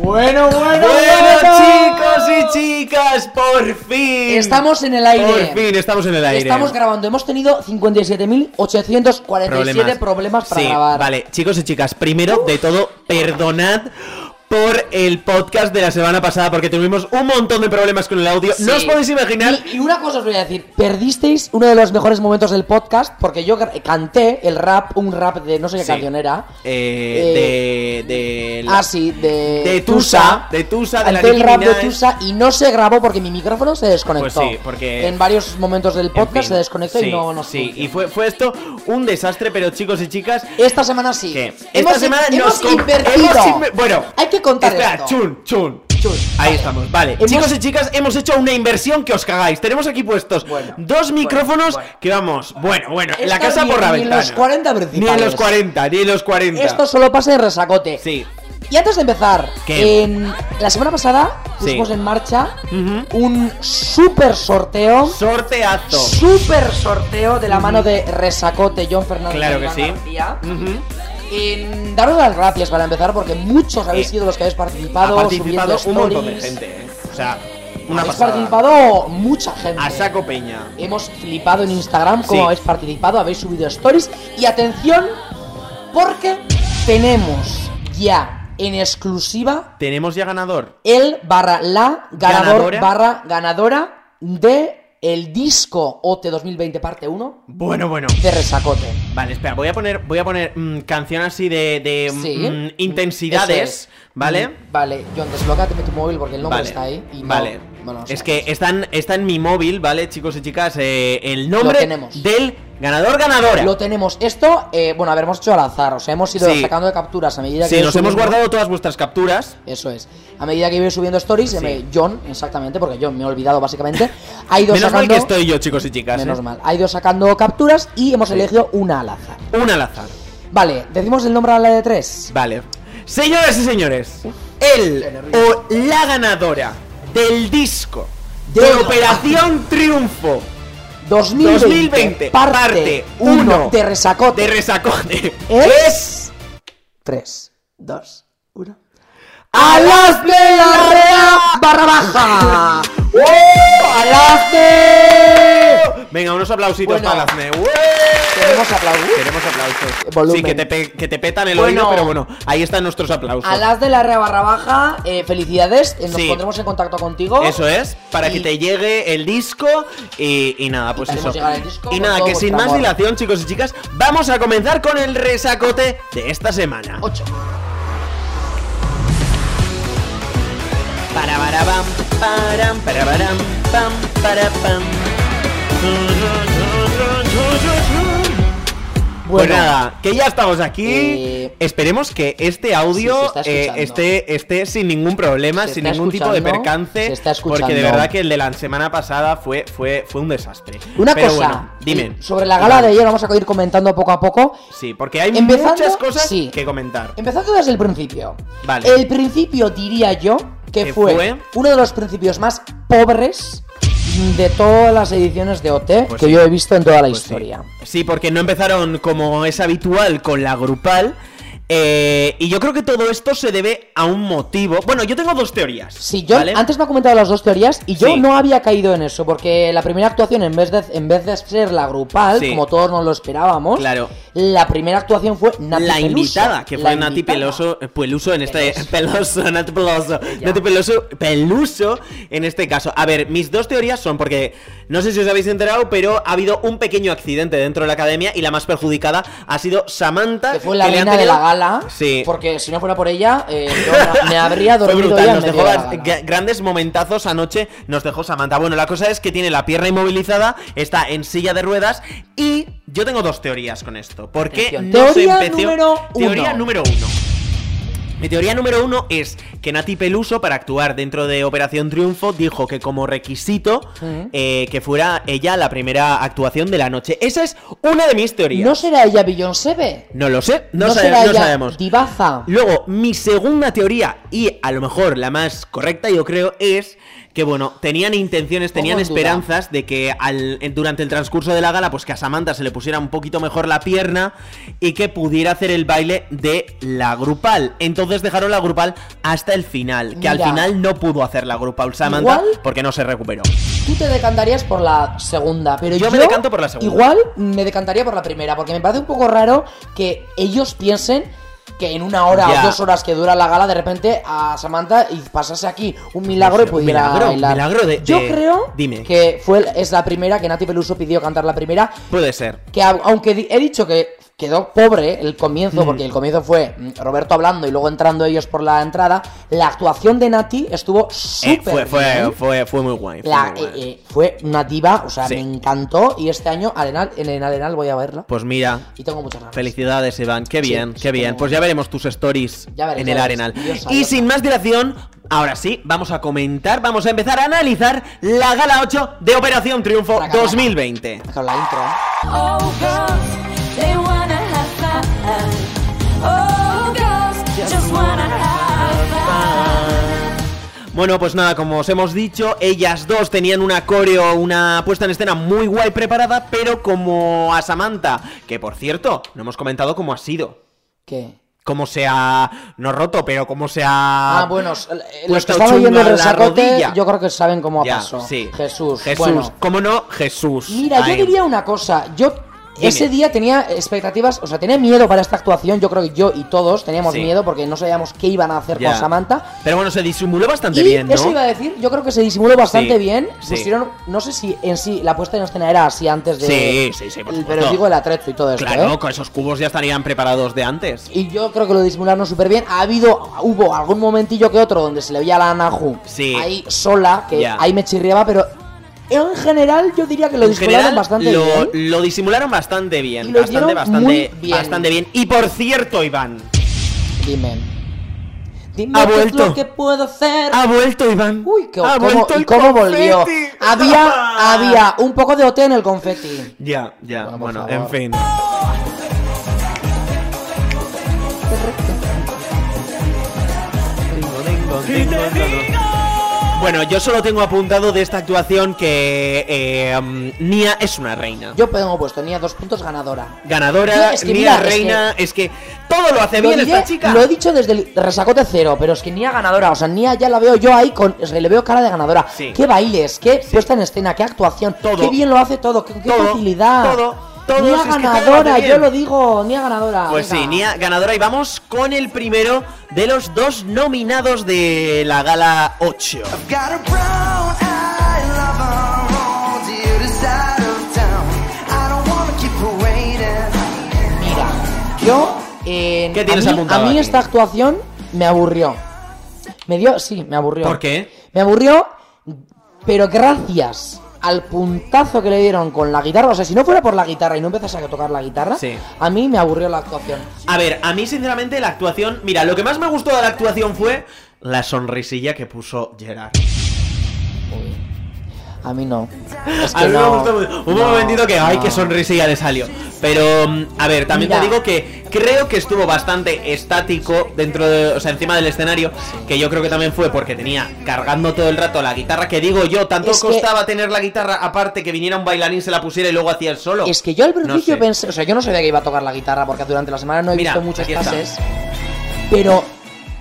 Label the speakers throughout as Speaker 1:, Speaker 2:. Speaker 1: Bueno, bueno,
Speaker 2: Bueno, chicos y chicas, por fin.
Speaker 3: Estamos en el aire.
Speaker 2: Por fin, estamos en el aire.
Speaker 3: Estamos grabando. Hemos tenido 57.847 problemas. para
Speaker 2: Sí,
Speaker 3: grabar.
Speaker 2: Vale, chicos y chicas, primero de todo, perdonad por el podcast de la semana pasada porque tuvimos un montón de problemas con el audio. No os
Speaker 3: Sí.
Speaker 2: podéis imaginar.
Speaker 3: Y, y una cosa os voy a decir, perdisteis uno de los mejores momentos del podcast porque yo gra- canté el rap, un rap de no sé qué
Speaker 2: Sí.
Speaker 3: canción era.
Speaker 2: Eh, de. de la-
Speaker 3: Ah, sí, de,
Speaker 2: de Tusa, de Tusa, de la
Speaker 3: Canté el
Speaker 2: Nicki
Speaker 3: rap de
Speaker 2: Minaj.
Speaker 3: Tusa y no se grabó porque mi micrófono se desconectó.
Speaker 2: Pues sí, porque-
Speaker 3: En varios momentos del
Speaker 2: en fin,
Speaker 3: podcast se desconectó
Speaker 2: sí,
Speaker 3: y no nos
Speaker 2: Sí,
Speaker 3: funcionó.
Speaker 2: y fue, fue esto un desastre, pero chicos y chicas.
Speaker 3: Esta semana sí.
Speaker 2: que
Speaker 3: Eh, Hemos,
Speaker 2: esta semana
Speaker 3: hemos
Speaker 2: nos com-
Speaker 3: invertido.
Speaker 2: hemos inve- bueno,
Speaker 3: hay que contar
Speaker 2: espera,
Speaker 3: esto.
Speaker 2: chun, chun.
Speaker 3: Chun,
Speaker 2: Ahí
Speaker 3: vale.
Speaker 2: estamos, vale.
Speaker 3: Hemos-
Speaker 2: Chicos y chicas, hemos hecho una inversión que os cagáis. Tenemos aquí puestos
Speaker 3: Bueno,
Speaker 2: dos
Speaker 3: bueno,
Speaker 2: micrófonos
Speaker 3: bueno.
Speaker 2: que vamos, bueno, bueno, la
Speaker 3: Esta
Speaker 2: casa
Speaker 3: ni-
Speaker 2: por la
Speaker 3: ni
Speaker 2: ventana.
Speaker 3: los 40
Speaker 2: Ni en
Speaker 3: principales.
Speaker 2: los 40, ni en los 40.
Speaker 3: Esto solo pasa en resacote.
Speaker 2: Sí.
Speaker 3: Y antes de empezar,
Speaker 2: ¿Qué?
Speaker 3: en- la semana pasada
Speaker 2: Sí.
Speaker 3: pusimos en marcha
Speaker 2: Ujú.
Speaker 3: un super sorteo.
Speaker 2: Sorteazo.
Speaker 3: Super sorteo de la mano de Resacote John Fernández.
Speaker 2: Claro
Speaker 3: y
Speaker 2: que
Speaker 3: Iván
Speaker 2: sí.
Speaker 3: García.
Speaker 2: Ujú.
Speaker 3: En- daros las gracias para empezar porque muchos habéis
Speaker 2: Eh,
Speaker 3: sido los que habéis
Speaker 2: Ha
Speaker 3: participado.
Speaker 2: participado un
Speaker 3: subiendo
Speaker 2: montón de
Speaker 3: stories.
Speaker 2: gente, eh. O sea, una
Speaker 3: Habéis
Speaker 2: pasada.
Speaker 3: participado mucha gente.
Speaker 2: A saco peña.
Speaker 3: Hemos flipado en Instagram como
Speaker 2: Sí.
Speaker 3: habéis participado, habéis subido stories. Y atención, porque tenemos ya en exclusiva
Speaker 2: Tenemos ya ganador.
Speaker 3: el barra la ganador
Speaker 2: Ganadora.
Speaker 3: barra ganadora de el disco OT 2020 parte 1
Speaker 2: Bueno, bueno.
Speaker 3: de Resacote.
Speaker 2: Vale, espera, voy a poner, voy a poner mm, canción así de, de,
Speaker 3: Sí.
Speaker 2: mm, intensidades,
Speaker 3: Eso es.
Speaker 2: ¿vale?
Speaker 3: Mm, Vale, John, desblócateme tu móvil porque el nombre
Speaker 2: vale,
Speaker 3: está ahí. Y no-
Speaker 2: vale.
Speaker 3: bueno, no
Speaker 2: es
Speaker 3: sabes.
Speaker 2: que está en, está en mi móvil, ¿vale, chicos y chicas? eh, el nombre
Speaker 3: Lo tenemos.
Speaker 2: del ganador ganadora.
Speaker 3: Lo tenemos. Esto, eh, bueno, a ver, hemos hecho al azar. O sea, hemos ido
Speaker 2: Sí.
Speaker 3: sacando de capturas a medida que.
Speaker 2: Sí,
Speaker 3: iba
Speaker 2: nos hemos
Speaker 3: subiendo-
Speaker 2: guardado todas vuestras capturas.
Speaker 3: Eso es. A medida que iba subiendo stories, se
Speaker 2: Sí.
Speaker 3: me- John, exactamente, porque John me he olvidado básicamente, ha ido
Speaker 2: Menos
Speaker 3: sacando.
Speaker 2: mal que estoy yo, chicos y chicas.
Speaker 3: Menos
Speaker 2: eh.
Speaker 3: mal. Ha ido sacando capturas y hemos elegido una al azar.
Speaker 2: Una al azar.
Speaker 3: Vale, decimos el nombre a la de tres.
Speaker 2: Vale. Señoras y señores, el o la ganadora del disco de,
Speaker 3: De-
Speaker 2: Operación Triunfo
Speaker 3: 2020,
Speaker 2: 2020, parte
Speaker 3: parte 1
Speaker 2: uno
Speaker 3: de resacote.
Speaker 2: de Resacote
Speaker 3: es 3, 2, 1.
Speaker 2: Alas de la Rea
Speaker 3: barra baja. ¡Oh!
Speaker 2: Venga, unos aplausitos
Speaker 3: Bueno.
Speaker 2: para Lazne. ¡Ué!
Speaker 3: Tenemos aplausos.
Speaker 2: Tenemos aplausos.
Speaker 3: Volumen.
Speaker 2: Sí, que te, pe- que te petan el
Speaker 3: Bueno.
Speaker 2: oído, pero bueno, ahí están nuestros aplausos.
Speaker 3: A las de la rea barra baja, eh, felicidades. eh, nos
Speaker 2: Sí.
Speaker 3: pondremos en contacto contigo.
Speaker 2: Eso es, para
Speaker 3: Y-
Speaker 2: que te llegue el disco y, y nada, pues
Speaker 3: te haremos
Speaker 2: eso.
Speaker 3: llegar el disco
Speaker 2: Y
Speaker 3: con
Speaker 2: nada,
Speaker 3: todo
Speaker 2: que sin
Speaker 3: vuestro
Speaker 2: más
Speaker 3: amor.
Speaker 2: dilación, chicos y chicas, vamos a comenzar con el resacote de esta semana.
Speaker 3: 8.
Speaker 2: Para para pam param para param pam para pam. Pues
Speaker 3: Bueno.
Speaker 2: nada, que ya estamos aquí.
Speaker 3: Eh,
Speaker 2: Esperemos que este
Speaker 3: sí, se
Speaker 2: audio
Speaker 3: está
Speaker 2: eh,
Speaker 3: escuchando.
Speaker 2: esté, esté sin ningún problema,
Speaker 3: Se
Speaker 2: sin
Speaker 3: está
Speaker 2: ningún tipo de
Speaker 3: escuchando,
Speaker 2: percance.
Speaker 3: se está escuchando.
Speaker 2: Porque de verdad que el de la semana pasada fue, fue, fue un desastre.
Speaker 3: Una
Speaker 2: Pero
Speaker 3: cosa.
Speaker 2: bueno, dime.
Speaker 3: y Sobre la gala
Speaker 2: Iván.
Speaker 3: de ayer, vamos a ir comentando poco a poco.
Speaker 2: Sí, porque hay
Speaker 3: Empezando,
Speaker 2: muchas cosas
Speaker 3: sí.
Speaker 2: que comentar.
Speaker 3: Empezando desde el principio.
Speaker 2: Vale.
Speaker 3: El principio diría yo que
Speaker 2: Que
Speaker 3: fue,
Speaker 2: fue-
Speaker 3: uno de los principios más pobres de todas las ediciones de OT
Speaker 2: Pues
Speaker 3: que
Speaker 2: sí.
Speaker 3: yo he visto en toda la
Speaker 2: Pues sí.
Speaker 3: historia.
Speaker 2: Sí. porque no empezaron como es habitual con la grupal. eh, y yo creo que todo esto se debe a un motivo. Bueno, yo tengo dos teorías.
Speaker 3: Sí, yo
Speaker 2: ¿vale?
Speaker 3: antes me ha comentado las dos teorías y yo
Speaker 2: Sí.
Speaker 3: no había caído en eso, porque la primera actuación, en vez de, en vez de ser la grupal,
Speaker 2: Sí.
Speaker 3: como todos nos lo esperábamos,
Speaker 2: Claro.
Speaker 3: la primera actuación fue Nati
Speaker 2: la
Speaker 3: Peluso.
Speaker 2: invitada, que
Speaker 3: La
Speaker 2: fue Nati
Speaker 3: invitada.
Speaker 2: Peloso, eh, Peluso en este.
Speaker 3: Peloso.
Speaker 2: Peloso, Nati Peloso.
Speaker 3: Ella.
Speaker 2: Nati Peloso, Peluso en este caso. A ver, mis dos teorías son porque. No sé si os habéis enterado, pero ha habido un pequeño accidente dentro de la academia y la más perjudicada ha sido Samantha.
Speaker 3: Que fue la
Speaker 2: que le han
Speaker 3: reina de la
Speaker 2: tenido-
Speaker 3: gala,
Speaker 2: Sí.
Speaker 3: porque si no fuera por ella, eh, yo me habría
Speaker 2: Fue
Speaker 3: dormido
Speaker 2: brutal,
Speaker 3: ya en
Speaker 2: nos
Speaker 3: medio
Speaker 2: dejó
Speaker 3: de la
Speaker 2: gra-
Speaker 3: gala.
Speaker 2: gra- grandes momentazos anoche, nos dejó Samantha. Bueno, la cosa es que tiene la pierna inmovilizada, está en silla de ruedas y yo tengo dos teorías con esto. ¿Por qué
Speaker 3: Atención.
Speaker 2: no se
Speaker 3: Teoría
Speaker 2: empezó?
Speaker 3: número
Speaker 2: Teoría
Speaker 3: uno.
Speaker 2: número uno. Mi teoría número uno es que Nati Peluso, para actuar dentro de Operación Triunfo, dijo que como requisito
Speaker 3: Mm.
Speaker 2: eh, que fuera ella la primera actuación de la noche. Esa es una de mis teorías.
Speaker 3: ¿No será ella Beyoncé?
Speaker 2: No lo sé, no, sabe-
Speaker 3: será
Speaker 2: no
Speaker 3: ella
Speaker 2: sabemos.
Speaker 3: Divaza?
Speaker 2: Luego, mi segunda teoría, y a lo mejor la más correcta, yo creo, es que bueno, tenían intenciones, tenían
Speaker 3: en duda.
Speaker 2: esperanzas de que al, en- durante el transcurso de la gala, pues que a Samantha se le pusiera un poquito mejor la pierna y que pudiera hacer el baile de la grupal. Entonces dejaron la grupal hasta el final, que al
Speaker 3: Mira.
Speaker 2: final no pudo hacer la grupal Samantha
Speaker 3: Igual-
Speaker 2: porque no se recuperó.
Speaker 3: Tú te decantarías por la segunda, pero
Speaker 2: Yo
Speaker 3: yo,
Speaker 2: me decanto por la segunda.
Speaker 3: Igual me decantaría por la primera, porque me parece un poco raro que ellos piensen que en una hora
Speaker 2: Ya.
Speaker 3: o dos horas que dura la gala, de repente a Samantha y pasase aquí un milagro
Speaker 2: Sí,
Speaker 3: y
Speaker 2: un
Speaker 3: pudiera
Speaker 2: milagro,
Speaker 3: bailar.
Speaker 2: milagro de-
Speaker 3: yo
Speaker 2: de-
Speaker 3: creo
Speaker 2: dime.
Speaker 3: que fue es la primera que Nati Peluso pidió cantar la primera,
Speaker 2: Puede ser.
Speaker 3: que au- aunque di- he dicho que quedó pobre el comienzo, porque el comienzo fue mm, Roberto hablando y luego entrando ellos por la entrada, la actuación de Nati estuvo
Speaker 2: Eh,
Speaker 3: súper
Speaker 2: fue,
Speaker 3: bien.
Speaker 2: fue, fue, fue muy guay. fue
Speaker 3: La-
Speaker 2: muy guay.
Speaker 3: eh, eh, fue una diva, o sea,
Speaker 2: Sí.
Speaker 3: me encantó. Y este año Arenal, en el Arenal voy a verla.
Speaker 2: Pues mira,
Speaker 3: Y tengo muchas ganas.
Speaker 2: Felicidades, Iván. Qué
Speaker 3: Sí,
Speaker 2: bien,
Speaker 3: sí,
Speaker 2: qué bien.
Speaker 3: como-
Speaker 2: Pues ya veremos tus stories
Speaker 3: Ya veré,
Speaker 2: en
Speaker 3: ya
Speaker 2: el
Speaker 3: veré.
Speaker 2: Arenal.
Speaker 3: Dios
Speaker 2: Y
Speaker 3: sabe.
Speaker 2: sin más dilación, ahora sí, vamos a comentar, vamos a empezar a analizar la gala 8 de Operación Triunfo
Speaker 3: Traca, traca.
Speaker 2: 2020.
Speaker 3: Con la intro. ¿eh?
Speaker 1: Oh girls, they wanna have fun. Oh girls, just wanna have fun.
Speaker 2: Bueno, pues nada, como os hemos dicho, ellas dos tenían una coreo, una puesta en escena muy guay preparada, pero como a Samantha, que por cierto, no hemos comentado cómo ha sido.
Speaker 3: ¿Qué?
Speaker 2: Cómo se ha. No roto, pero cómo se ha.
Speaker 3: Ah, bueno, s- eh, los
Speaker 2: puesto
Speaker 3: que estaban viendo el
Speaker 2: chunga la
Speaker 3: resacote,
Speaker 2: rodilla.
Speaker 3: yo creo que saben cómo
Speaker 2: Ya,
Speaker 3: pasó.
Speaker 2: sí.
Speaker 3: Jesús.
Speaker 2: Jesús.
Speaker 3: Bueno,
Speaker 2: ¿Cómo no? Jesús.
Speaker 3: mira,
Speaker 2: Ahí.
Speaker 3: yo diría una cosa. Yo
Speaker 2: Dime.
Speaker 3: ese día tenía expectativas, o sea, tenía miedo para esta actuación. Yo creo que yo y todos teníamos
Speaker 2: Sí.
Speaker 3: miedo porque no sabíamos qué iban a hacer
Speaker 2: Ya.
Speaker 3: con Samantha.
Speaker 2: Pero bueno, se disimuló bastante
Speaker 3: Y
Speaker 2: bien, ¿no?
Speaker 3: eso iba a decir, yo creo que se disimuló bastante
Speaker 2: Sí,
Speaker 3: bien.
Speaker 2: sí.
Speaker 3: Pusieron, no sé si en sí la puesta en escena era así antes de.
Speaker 2: Sí, sí, sí, por
Speaker 3: el-
Speaker 2: supuesto.
Speaker 3: Pero digo el atrezo y todo esto,
Speaker 2: Claro,
Speaker 3: ¿eh?
Speaker 2: con esos cubos ya estarían preparados de antes.
Speaker 3: Y yo creo que lo disimularon súper bien. Ha habido, hubo algún momentillo que otro donde se le veía a la Anahu
Speaker 2: Sí.
Speaker 3: ahí sola, que
Speaker 2: Ya.
Speaker 3: ahí me chirriaba, pero en general yo diría que lo
Speaker 2: En
Speaker 3: disimularon
Speaker 2: general,
Speaker 3: bastante
Speaker 2: lo,
Speaker 3: bien.
Speaker 2: lo disimularon bastante bien.
Speaker 3: Y lo
Speaker 2: bastante,
Speaker 3: hicieron
Speaker 2: bastante,
Speaker 3: muy bien.
Speaker 2: bastante bien. Y por cierto, Iván.
Speaker 3: Dime. Dime
Speaker 2: Ha
Speaker 3: qué es
Speaker 2: vuelto.
Speaker 3: lo que puedo hacer.
Speaker 2: Ha vuelto, Iván.
Speaker 3: Uy, qué,
Speaker 2: ha
Speaker 3: cómo,
Speaker 2: vuelto
Speaker 3: y
Speaker 2: el
Speaker 3: cómo volvió.
Speaker 2: confeti.
Speaker 3: Había, había un poco de OT en el confeti.
Speaker 2: Ya, ya,
Speaker 3: Bueno, por
Speaker 2: bueno, eh,
Speaker 3: favor.
Speaker 2: en fin. Bueno, yo solo tengo apuntado de esta actuación que eh, mm, Nia es una reina.
Speaker 3: Yo tengo puesto, tenía dos puntos ganadora.
Speaker 2: Ganadora,
Speaker 3: Yo- es que
Speaker 2: Nia
Speaker 3: mira, es
Speaker 2: reina, es que... todo lo hace
Speaker 3: Lo,
Speaker 2: bien
Speaker 3: diré-
Speaker 2: esta chica.
Speaker 3: lo he dicho desde el resacote cero, pero es que Nia ganadora, o sea, Nia ya la veo yo ahí con. o sea, le veo cara de ganadora.
Speaker 2: Sí.
Speaker 3: Qué bailes, qué puesta en escena, qué actuación,
Speaker 2: Todo.
Speaker 3: qué bien lo hace todo, qué, qué
Speaker 2: Todo,
Speaker 3: facilidad.
Speaker 2: todo, todo,
Speaker 3: Nia
Speaker 2: si es que todo lo hace
Speaker 3: ganadora,
Speaker 2: bien.
Speaker 3: yo lo digo, Nia ganadora.
Speaker 2: Pues
Speaker 3: venga.
Speaker 2: sí, Nia ganadora y vamos con el primero de los dos nominados de la gala 8.
Speaker 4: Got a brown eye lover on the other side of town. I don't wanna keep her waiting.
Speaker 3: Mira, yo. eh,
Speaker 2: ¿Qué tienes
Speaker 3: a mí,
Speaker 2: apuntado
Speaker 3: a mí
Speaker 2: aquí?
Speaker 3: esta actuación me aburrió. Me dio. Sí, me aburrió.
Speaker 2: ¿Por qué?
Speaker 3: Me aburrió, pero gracias al puntazo que le dieron con la guitarra. O sea, si no fuera por la guitarra y no empezas a tocar la guitarra,
Speaker 2: Sí.
Speaker 3: a mí me aburrió la actuación.
Speaker 2: A ver, a mí sinceramente la actuación, mira, lo que más me gustó de la actuación fue la sonrisilla que puso Gerard.
Speaker 3: A mí no. Es que
Speaker 2: A mí me
Speaker 3: no,
Speaker 2: gustó mucho. Hubo
Speaker 3: no,
Speaker 2: un momentito que, ay,
Speaker 3: no.
Speaker 2: qué sonrisilla le salió. Pero, mm, a ver, también te
Speaker 3: Mira.
Speaker 2: digo que creo que estuvo bastante estático dentro de, o sea, encima del escenario, que yo creo que también fue porque tenía cargando todo el rato la guitarra, que digo yo, tanto
Speaker 3: Es que-
Speaker 2: costaba tener la guitarra aparte que viniera un bailarín, se la pusiera y luego hacía el solo.
Speaker 3: Es que yo al principio
Speaker 2: sé.
Speaker 3: pensé, o sea, yo no sabía que iba a tocar la guitarra porque durante la semana no he
Speaker 2: Mira,
Speaker 3: visto muchos
Speaker 2: aquí está.
Speaker 3: pases. Pero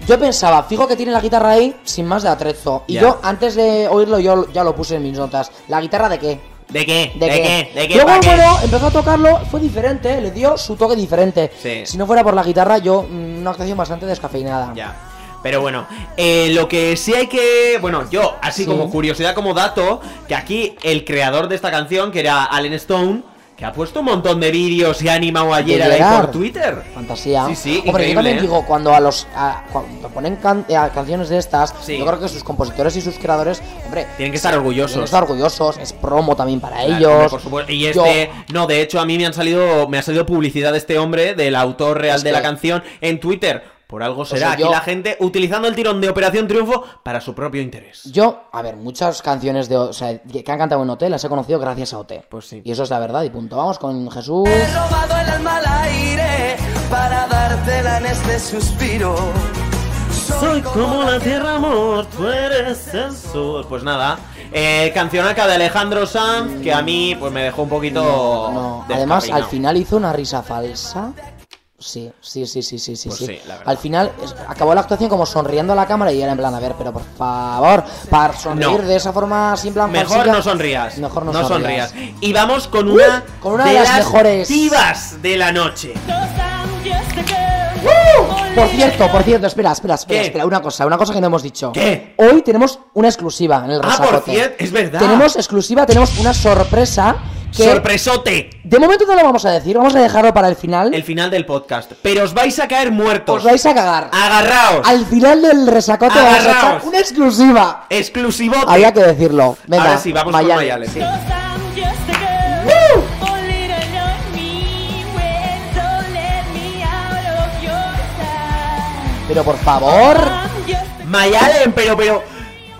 Speaker 3: yo pensaba, fijo que tiene la guitarra ahí sin más de atrezo. Y
Speaker 2: Ya.
Speaker 3: yo antes de oírlo yo ya lo puse en mis notas. ¿La guitarra de qué?
Speaker 2: ¿De qué? ¿De, qué? ¿De qué?
Speaker 3: Luego
Speaker 2: ¿Pa' qué?
Speaker 3: bueno, empezó a tocarlo, fue diferente, le dio su toque diferente.
Speaker 2: Sí.
Speaker 3: Si no fuera por la guitarra, yo mm, una actuación bastante descafeinada.
Speaker 2: Ya. Pero bueno, eh, lo que sí hay que. Bueno, yo, así
Speaker 3: Sí.
Speaker 2: como curiosidad, como dato, que aquí el creador de esta canción, que era Allen Stone, que ha puesto un montón de vídeos y ha animado ayer a la
Speaker 3: Gerard.
Speaker 2: por Twitter.
Speaker 3: Fantasía.
Speaker 2: Sí, sí,
Speaker 3: Hombre,
Speaker 2: increíble,
Speaker 3: yo también
Speaker 2: ¿eh?
Speaker 3: digo, cuando a los a- cuando ponen can- eh, a canciones de estas,
Speaker 2: Sí.
Speaker 3: yo creo que sus compositores y sus creadores, hombre,
Speaker 2: Tienen que estar orgullosos.
Speaker 3: Tienen que estar orgullosos, es promo también para
Speaker 2: Claro,
Speaker 3: ellos.
Speaker 2: hombre, por supuesto. Y
Speaker 3: Yo-
Speaker 2: este, no, de hecho a mí me han salido, me ha salido publicidad de este hombre, del autor real
Speaker 3: Es
Speaker 2: de
Speaker 3: que-
Speaker 2: la canción, en Twitter. Por algo será
Speaker 3: sea,
Speaker 2: aquí
Speaker 3: yo-
Speaker 2: la gente utilizando el tirón de Operación Triunfo para su propio interés.
Speaker 3: Yo, a ver, muchas canciones de, o sea, que que han cantado en OT las he conocido gracias a OT.
Speaker 2: Pues sí.
Speaker 3: Y eso es la verdad, y punto. Vamos con Jesús.
Speaker 4: He robado el alma al aire para dártela en este suspiro. Solo
Speaker 2: Soy como la tierra, amor, tú eres el sol. Pues nada, eh, cancionaca de Alejandro Sanz, que a mí pues me dejó un poquito.
Speaker 3: No, además al
Speaker 2: descafeinado.
Speaker 3: final hizo una risa falsa. Sí, sí, sí, sí, sí, sí.
Speaker 2: Pues
Speaker 3: sí.
Speaker 2: sí, la verdad.
Speaker 3: al final es- acabó la actuación como sonriendo a la cámara y era en plan, a ver, pero por favor, para sonreír
Speaker 2: No.
Speaker 3: de esa forma sin plan
Speaker 2: Mejor
Speaker 3: falsica,
Speaker 2: no sonrías.
Speaker 3: Mejor no,
Speaker 2: sonrías. Y vamos con una,
Speaker 3: Con una de las mejores.
Speaker 2: divas de la noche.
Speaker 3: Uh, Por cierto, por cierto, espera, espera, espera,
Speaker 2: ¿Qué?
Speaker 3: espera, una cosa, una cosa que no hemos dicho.
Speaker 2: ¿Qué?
Speaker 3: Hoy tenemos una exclusiva en el
Speaker 2: Ah, por
Speaker 3: Rosacote.
Speaker 2: cierto, es verdad.
Speaker 3: Tenemos exclusiva, tenemos una sorpresa que
Speaker 2: Sorpresote.
Speaker 3: de momento no lo vamos a decir, vamos a dejarlo para el final.
Speaker 2: El final del podcast. Pero os vais a caer muertos.
Speaker 3: Os vais a cagar.
Speaker 2: Agarraos.
Speaker 3: Al final del resacote vamos a
Speaker 2: Agarraos.
Speaker 3: echar una exclusiva.
Speaker 2: Exclusivote.
Speaker 3: Había que decirlo. Venga,
Speaker 2: Ahora sí, vamos con Mayale.
Speaker 3: Sí. Pero por favor,
Speaker 2: Mayalen, pero, pero.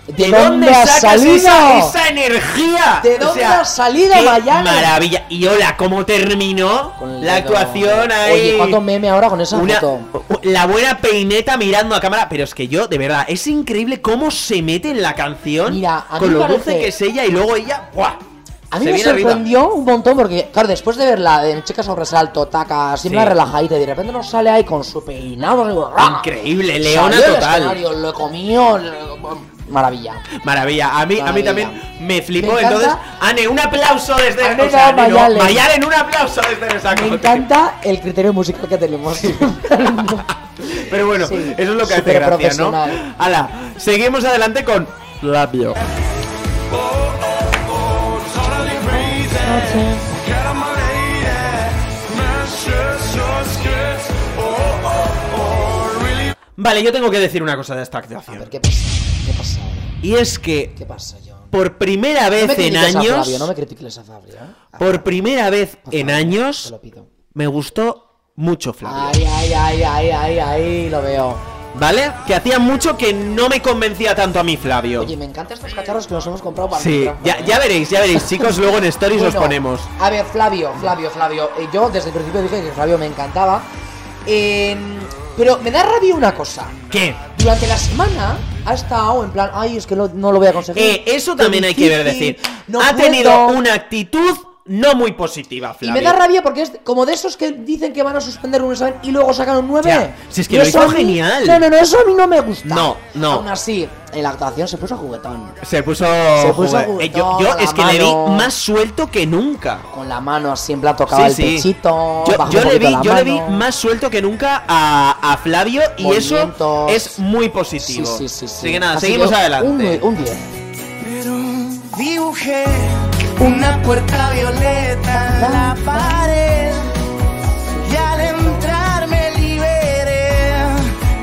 Speaker 3: ¿De dónde has
Speaker 2: sacas
Speaker 3: salido?
Speaker 2: Esa, esa energía?
Speaker 3: ¿De dónde has salido,
Speaker 2: qué
Speaker 3: Mayalen?
Speaker 2: Maravilla. Y hola, ¿cómo terminó
Speaker 3: Con el
Speaker 2: la
Speaker 3: dedo.
Speaker 2: actuación ahí?
Speaker 3: Oye, ¿cuánto meme ahora con esa
Speaker 2: Una-
Speaker 3: foto?
Speaker 2: la buena peineta mirando a cámara. Pero es que yo, de verdad, es increíble cómo se mete en la canción.
Speaker 3: Mira, a mí
Speaker 2: con lo
Speaker 3: parece-
Speaker 2: dulce que es ella y luego ella. ¡buah!
Speaker 3: A mí
Speaker 2: se
Speaker 3: me
Speaker 2: viene arriba.
Speaker 3: sorprendió un montón porque, claro, después de verla de chica sobresalto, taca, siempre
Speaker 2: Sí.
Speaker 3: relajadita y de repente nos sale ahí con su peinado. digo, ¡ah!
Speaker 2: Increíble, leona
Speaker 3: Salió del
Speaker 2: total.
Speaker 3: escenario, Lo comió. lo- Maravilla.
Speaker 2: Maravilla. A mí, a mí
Speaker 3: Maravilla.
Speaker 2: también me flipó.
Speaker 3: Me encanta-
Speaker 2: Entonces, Ane, un aplauso desde.
Speaker 3: Ane,
Speaker 2: o sea,
Speaker 3: no,
Speaker 2: Ane, no,
Speaker 3: Mayalen.
Speaker 2: Mayalen, un aplauso desde esa
Speaker 3: Me
Speaker 2: cosa.
Speaker 3: encanta el criterio musical que tenemos.
Speaker 2: Pero bueno,
Speaker 3: Sí,
Speaker 2: eso es lo que hace gracia, ¿no?
Speaker 3: superprofesional.
Speaker 2: Ala, seguimos adelante con Labio. Vale, yo tengo que decir una cosa de esta
Speaker 3: A ver,
Speaker 2: actuación.
Speaker 3: ¿qué pasa? ¿Qué pasa?
Speaker 2: Y es que
Speaker 3: ¿Qué pasa, John?
Speaker 2: por primera
Speaker 3: No me
Speaker 2: vez en
Speaker 3: critiques a
Speaker 2: años,
Speaker 3: Flavio, no me critiques a Fabio. ¿eh?
Speaker 2: por primera vez
Speaker 3: Por
Speaker 2: en
Speaker 3: favor, Te
Speaker 2: años,
Speaker 3: lo pido.
Speaker 2: me gustó mucho Flavio.
Speaker 3: Ay, ay, ay, ay, ay, ay, lo veo.
Speaker 2: ¿Vale? Que hacía mucho que no me convencía tanto a mí Flavio.
Speaker 3: Oye, me encantan estos cacharros que nos hemos comprado para el
Speaker 2: Sí,
Speaker 3: micrófono,
Speaker 2: ya,
Speaker 3: ¿eh?
Speaker 2: ya veréis, ya veréis, chicos, luego en stories los
Speaker 3: Bueno,
Speaker 2: ponemos.
Speaker 3: A ver, Flavio, Flavio, Flavio. eh, yo desde el principio dije que Flavio me encantaba. Eh, pero me da rabia una cosa.
Speaker 2: ¿Qué?
Speaker 3: Durante la semana ha estado en plan, ay, es que no, no lo voy a conseguir.
Speaker 2: Eh, eso
Speaker 3: Qué
Speaker 2: también hay que ver
Speaker 3: difícil,
Speaker 2: decir.
Speaker 3: no
Speaker 2: ha
Speaker 3: puedo".
Speaker 2: tenido una actitud no muy positiva,
Speaker 3: Y
Speaker 2: Flavio.
Speaker 3: me da rabia porque es como de esos que dicen que van a suspender un examen y luego sacan un 9.
Speaker 2: Ya, si es que
Speaker 3: Y
Speaker 2: lo
Speaker 3: eso
Speaker 2: hizo
Speaker 3: a mí-
Speaker 2: genial.
Speaker 3: No, no, no, eso a mí no me gusta.
Speaker 2: No, no.
Speaker 3: Aún así, en la actuación se puso juguetón.
Speaker 2: Se puso.
Speaker 3: puso
Speaker 2: joder, eh, yo
Speaker 3: juguetón,
Speaker 2: yo
Speaker 3: la
Speaker 2: es que le vi
Speaker 3: mano.
Speaker 2: más suelto que nunca.
Speaker 3: Con la mano siempre ha tocado el pechito.
Speaker 2: Yo-
Speaker 3: bajó
Speaker 2: Yo,
Speaker 3: un
Speaker 2: le
Speaker 3: poquito
Speaker 2: vi,
Speaker 3: la
Speaker 2: yo le vi
Speaker 3: mano.
Speaker 2: más suelto que nunca a, a Flavio y eso
Speaker 3: Movimientos.
Speaker 2: es muy positivo.
Speaker 3: Sí, sí, sí, sí.
Speaker 2: Así que nada,
Speaker 3: Así
Speaker 2: seguimos
Speaker 3: que un
Speaker 2: adelante.
Speaker 3: nue- Un 10.
Speaker 4: Pero dibujé una puerta violeta en la pared y al entrar me liberé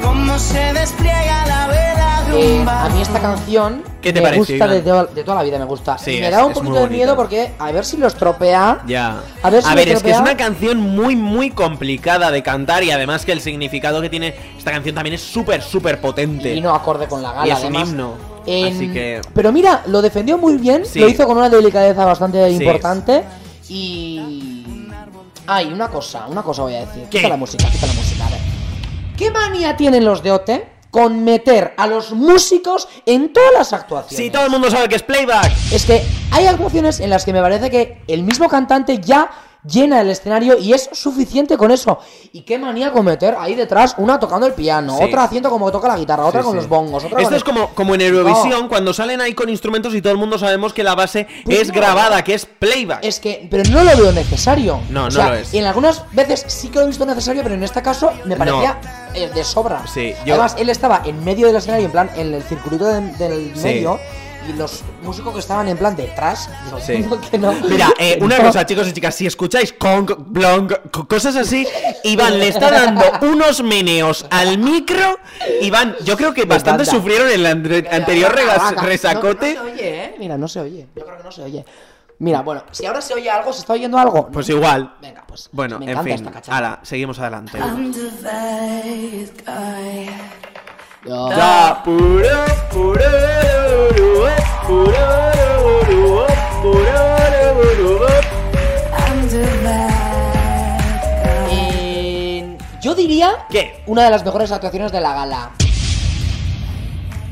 Speaker 4: como se despliega la vela de
Speaker 3: Eh,
Speaker 4: un
Speaker 3: a mí esta
Speaker 4: barco.
Speaker 3: canción
Speaker 2: ¿Qué te
Speaker 3: me
Speaker 2: parece,
Speaker 3: gusta
Speaker 2: Iván?
Speaker 3: de, toda- de toda la vida, me gusta.
Speaker 2: Sí,
Speaker 3: me
Speaker 2: es-
Speaker 3: da un
Speaker 2: es muy
Speaker 3: poquito de
Speaker 2: bonita.
Speaker 3: miedo porque a ver si lo estropea.
Speaker 2: Ya.
Speaker 3: A ver si me
Speaker 2: es que es
Speaker 3: estropea.
Speaker 2: una canción muy, muy complicada de cantar y además que el significado que tiene esta canción también es súper, súper potente.
Speaker 3: Y no acorde con la gala,
Speaker 2: Y es un
Speaker 3: además.
Speaker 2: himno,
Speaker 3: En-
Speaker 2: así que-
Speaker 3: Pero mira, lo defendió muy bien,
Speaker 2: Sí.
Speaker 3: lo hizo con una delicadeza bastante
Speaker 2: Sí.
Speaker 3: importante. Y. Ay, una cosa, una cosa voy a decir.
Speaker 2: ¿Qué?
Speaker 3: Quita la música, quita la música. A ver. ¿Qué manía tienen los de OT con meter a los músicos en todas las actuaciones?
Speaker 2: Sí, todo el mundo sabe que es playback.
Speaker 3: Es que hay actuaciones en las que me parece que el mismo cantante ya llena el escenario y es suficiente con eso. Y qué manía con meter ahí detrás una tocando el piano,
Speaker 2: Sí.
Speaker 3: otra haciendo como que toca la guitarra, otra
Speaker 2: Sí,
Speaker 3: con
Speaker 2: sí.
Speaker 3: los bongos, otra
Speaker 2: Esto
Speaker 3: con
Speaker 2: es
Speaker 3: el-
Speaker 2: como, como en Eurovisión, cuando salen ahí con instrumentos y todo el mundo sabemos que la base
Speaker 3: Pues
Speaker 2: es
Speaker 3: no.
Speaker 2: grabada, que es playback.
Speaker 3: Es que, pero no lo veo necesario.
Speaker 2: No, no
Speaker 3: O sea,
Speaker 2: lo es.
Speaker 3: En algunas veces sí que lo he visto necesario, pero en este caso me parecía eh, de sobra.
Speaker 2: Sí, yo-
Speaker 3: Además, él estaba en medio del escenario, en plan, en el circulito de- del
Speaker 2: Sí.
Speaker 3: medio, y los músicos que estaban en plan detrás, digo,
Speaker 2: Sí.
Speaker 3: no, que no.
Speaker 2: Mira, eh, una
Speaker 3: No.
Speaker 2: cosa, chicos y chicas, si escucháis Kong, Blong, co- cosas así, Iván le está dando unos meneos al micro. Iván, yo creo que bastante
Speaker 3: encanta.
Speaker 2: sufrieron en el andre- anterior
Speaker 3: Vaca,
Speaker 2: regas-
Speaker 3: vaca.
Speaker 2: resacote.
Speaker 3: No, no se oye, ¿eh? Mira, no se oye. Yo creo que no se oye. Mira, bueno, si ahora se oye algo, se está oyendo algo.
Speaker 2: Pues igual.
Speaker 3: Venga, pues.
Speaker 2: Bueno,
Speaker 3: me
Speaker 2: en
Speaker 3: encanta
Speaker 2: fin.
Speaker 3: esta cachada.
Speaker 2: Ahora, seguimos adelante.
Speaker 3: Yo-
Speaker 2: Ya, puro, puro, puro, puro, puro, puro.
Speaker 3: Eh, yo diría
Speaker 2: ¿Qué?
Speaker 3: una de las mejores actuaciones de la gala.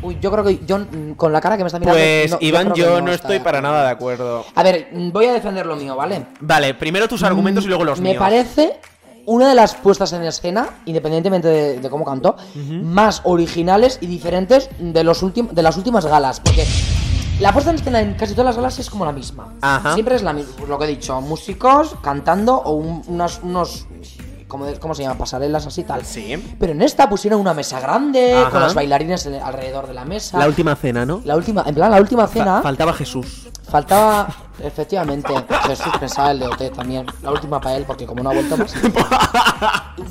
Speaker 3: Uy, yo creo que John, mm, con la cara que me está mirando.
Speaker 2: Pues
Speaker 3: no-
Speaker 2: Iván,
Speaker 3: creo que
Speaker 2: yo no
Speaker 3: está
Speaker 2: estoy para
Speaker 3: acuerdo.
Speaker 2: nada de acuerdo.
Speaker 3: A ver, mm, voy a defender lo mío, ¿vale?
Speaker 2: Vale, primero tus argumentos y luego los
Speaker 3: me
Speaker 2: míos.
Speaker 3: parece una de las puestas en escena, independientemente de, de cómo cantó, más originales y diferentes de, los últim- de las últimas galas. Porque la puesta en escena en casi todas las galas es como la misma.
Speaker 2: Ajá.
Speaker 3: Siempre es la misma, pues lo que he dicho, músicos cantando o un- unas- unos... ¿cómo, de- cómo se llama? Pasarelas así tal.
Speaker 2: Sí.
Speaker 3: Pero en esta pusieron una mesa grande,
Speaker 2: Ajá.
Speaker 3: con los bailarines en- alrededor de la mesa.
Speaker 2: La última cena, ¿no?
Speaker 3: La última, en plan, la última
Speaker 2: Fa-
Speaker 3: cena.
Speaker 2: faltaba Jesús.
Speaker 3: Faltaba, efectivamente, Jesús pensaba el de OT también. La última para él, porque como no ha vuelto más.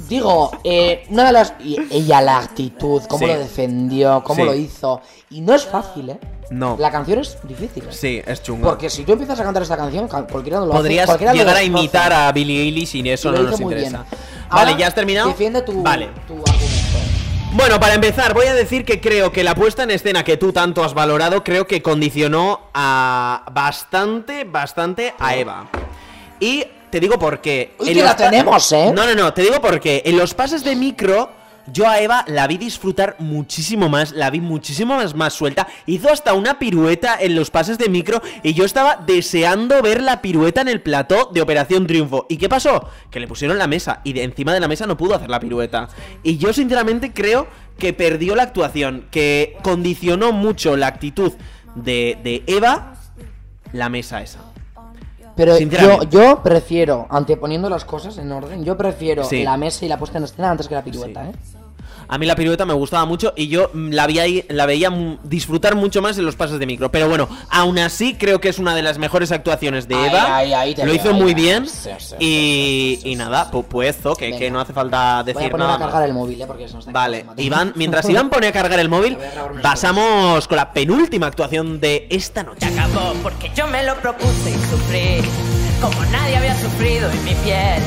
Speaker 3: Digo, eh, una de las. y ella, la actitud, cómo
Speaker 2: Sí.
Speaker 3: lo defendió, cómo
Speaker 2: Sí.
Speaker 3: lo hizo. Y no es fácil, ¿eh?
Speaker 2: No.
Speaker 3: La canción es difícil. ¿eh?
Speaker 2: Sí, es chungo.
Speaker 3: Porque si tú empiezas a cantar esta canción, ca- cualquiera lo hace,
Speaker 2: Podrías
Speaker 3: cualquiera lo
Speaker 2: llegar a
Speaker 3: hace.
Speaker 2: imitar a Billie Eilish y eso
Speaker 3: Y lo
Speaker 2: no
Speaker 3: hizo
Speaker 2: nos
Speaker 3: muy bien.
Speaker 2: interesa.
Speaker 3: Ahora,
Speaker 2: Vale, ¿ya has terminado?
Speaker 3: Defiende tu,
Speaker 2: Vale.
Speaker 3: tu argumento.
Speaker 2: Bueno, para empezar, voy a decir que creo que la puesta en escena que tú tanto has valorado, creo que condicionó a bastante, bastante a Eva. Y te digo por qué.
Speaker 3: Uy,
Speaker 2: En
Speaker 3: que
Speaker 2: los
Speaker 3: la
Speaker 2: pa-
Speaker 3: tenemos, ¿eh?
Speaker 2: No, no, no, te digo por qué. En los pases de micro, yo a Eva la vi disfrutar muchísimo más, la vi muchísimo más, más suelta. Hizo hasta una pirueta en los pases de micro y yo estaba deseando ver la pirueta en el plató de Operación Triunfo. ¿Y qué pasó? Que le pusieron la mesa y de encima de la mesa no pudo hacer la pirueta. Y yo sinceramente creo que perdió la actuación, que condicionó mucho la actitud de, de Eva la mesa esa.
Speaker 3: Pero yo,
Speaker 2: Sinceramente.
Speaker 3: yo prefiero, anteponiendo las cosas en orden, yo prefiero
Speaker 2: Sí.
Speaker 3: la mesa y la puesta en escena antes que la pirueta,
Speaker 2: Sí.
Speaker 3: ¿eh?
Speaker 2: A mí la pirueta me gustaba mucho y yo mm, la, vi ahí- la veía mm, disfrutar mucho más en los pases de micro. Pero bueno, aún así creo que es una de las mejores actuaciones de
Speaker 3: Ahí,
Speaker 2: Eva.
Speaker 3: ahí, ahí te
Speaker 2: Lo
Speaker 3: veo,
Speaker 2: hizo
Speaker 3: ahí,
Speaker 2: muy
Speaker 3: ahí.
Speaker 2: bien.
Speaker 3: Sí, sí,
Speaker 2: y, y nada, pu- pues eso, que,
Speaker 3: Venga.
Speaker 2: que no hace falta
Speaker 3: Voy a
Speaker 2: decir
Speaker 3: poner
Speaker 2: nada.
Speaker 3: a cargar
Speaker 2: más.
Speaker 3: el móvil, ¿eh? Porque se nos está
Speaker 2: Vale,
Speaker 3: acabando el
Speaker 2: Iván,
Speaker 3: material.
Speaker 2: mientras Iván pone a cargar el móvil,
Speaker 3: Voy a grabar unas
Speaker 2: pasamos con la penúltima actuación de esta noche.
Speaker 5: acabó porque yo me lo propuse y sufrí como nadie había sufrido en mi piel.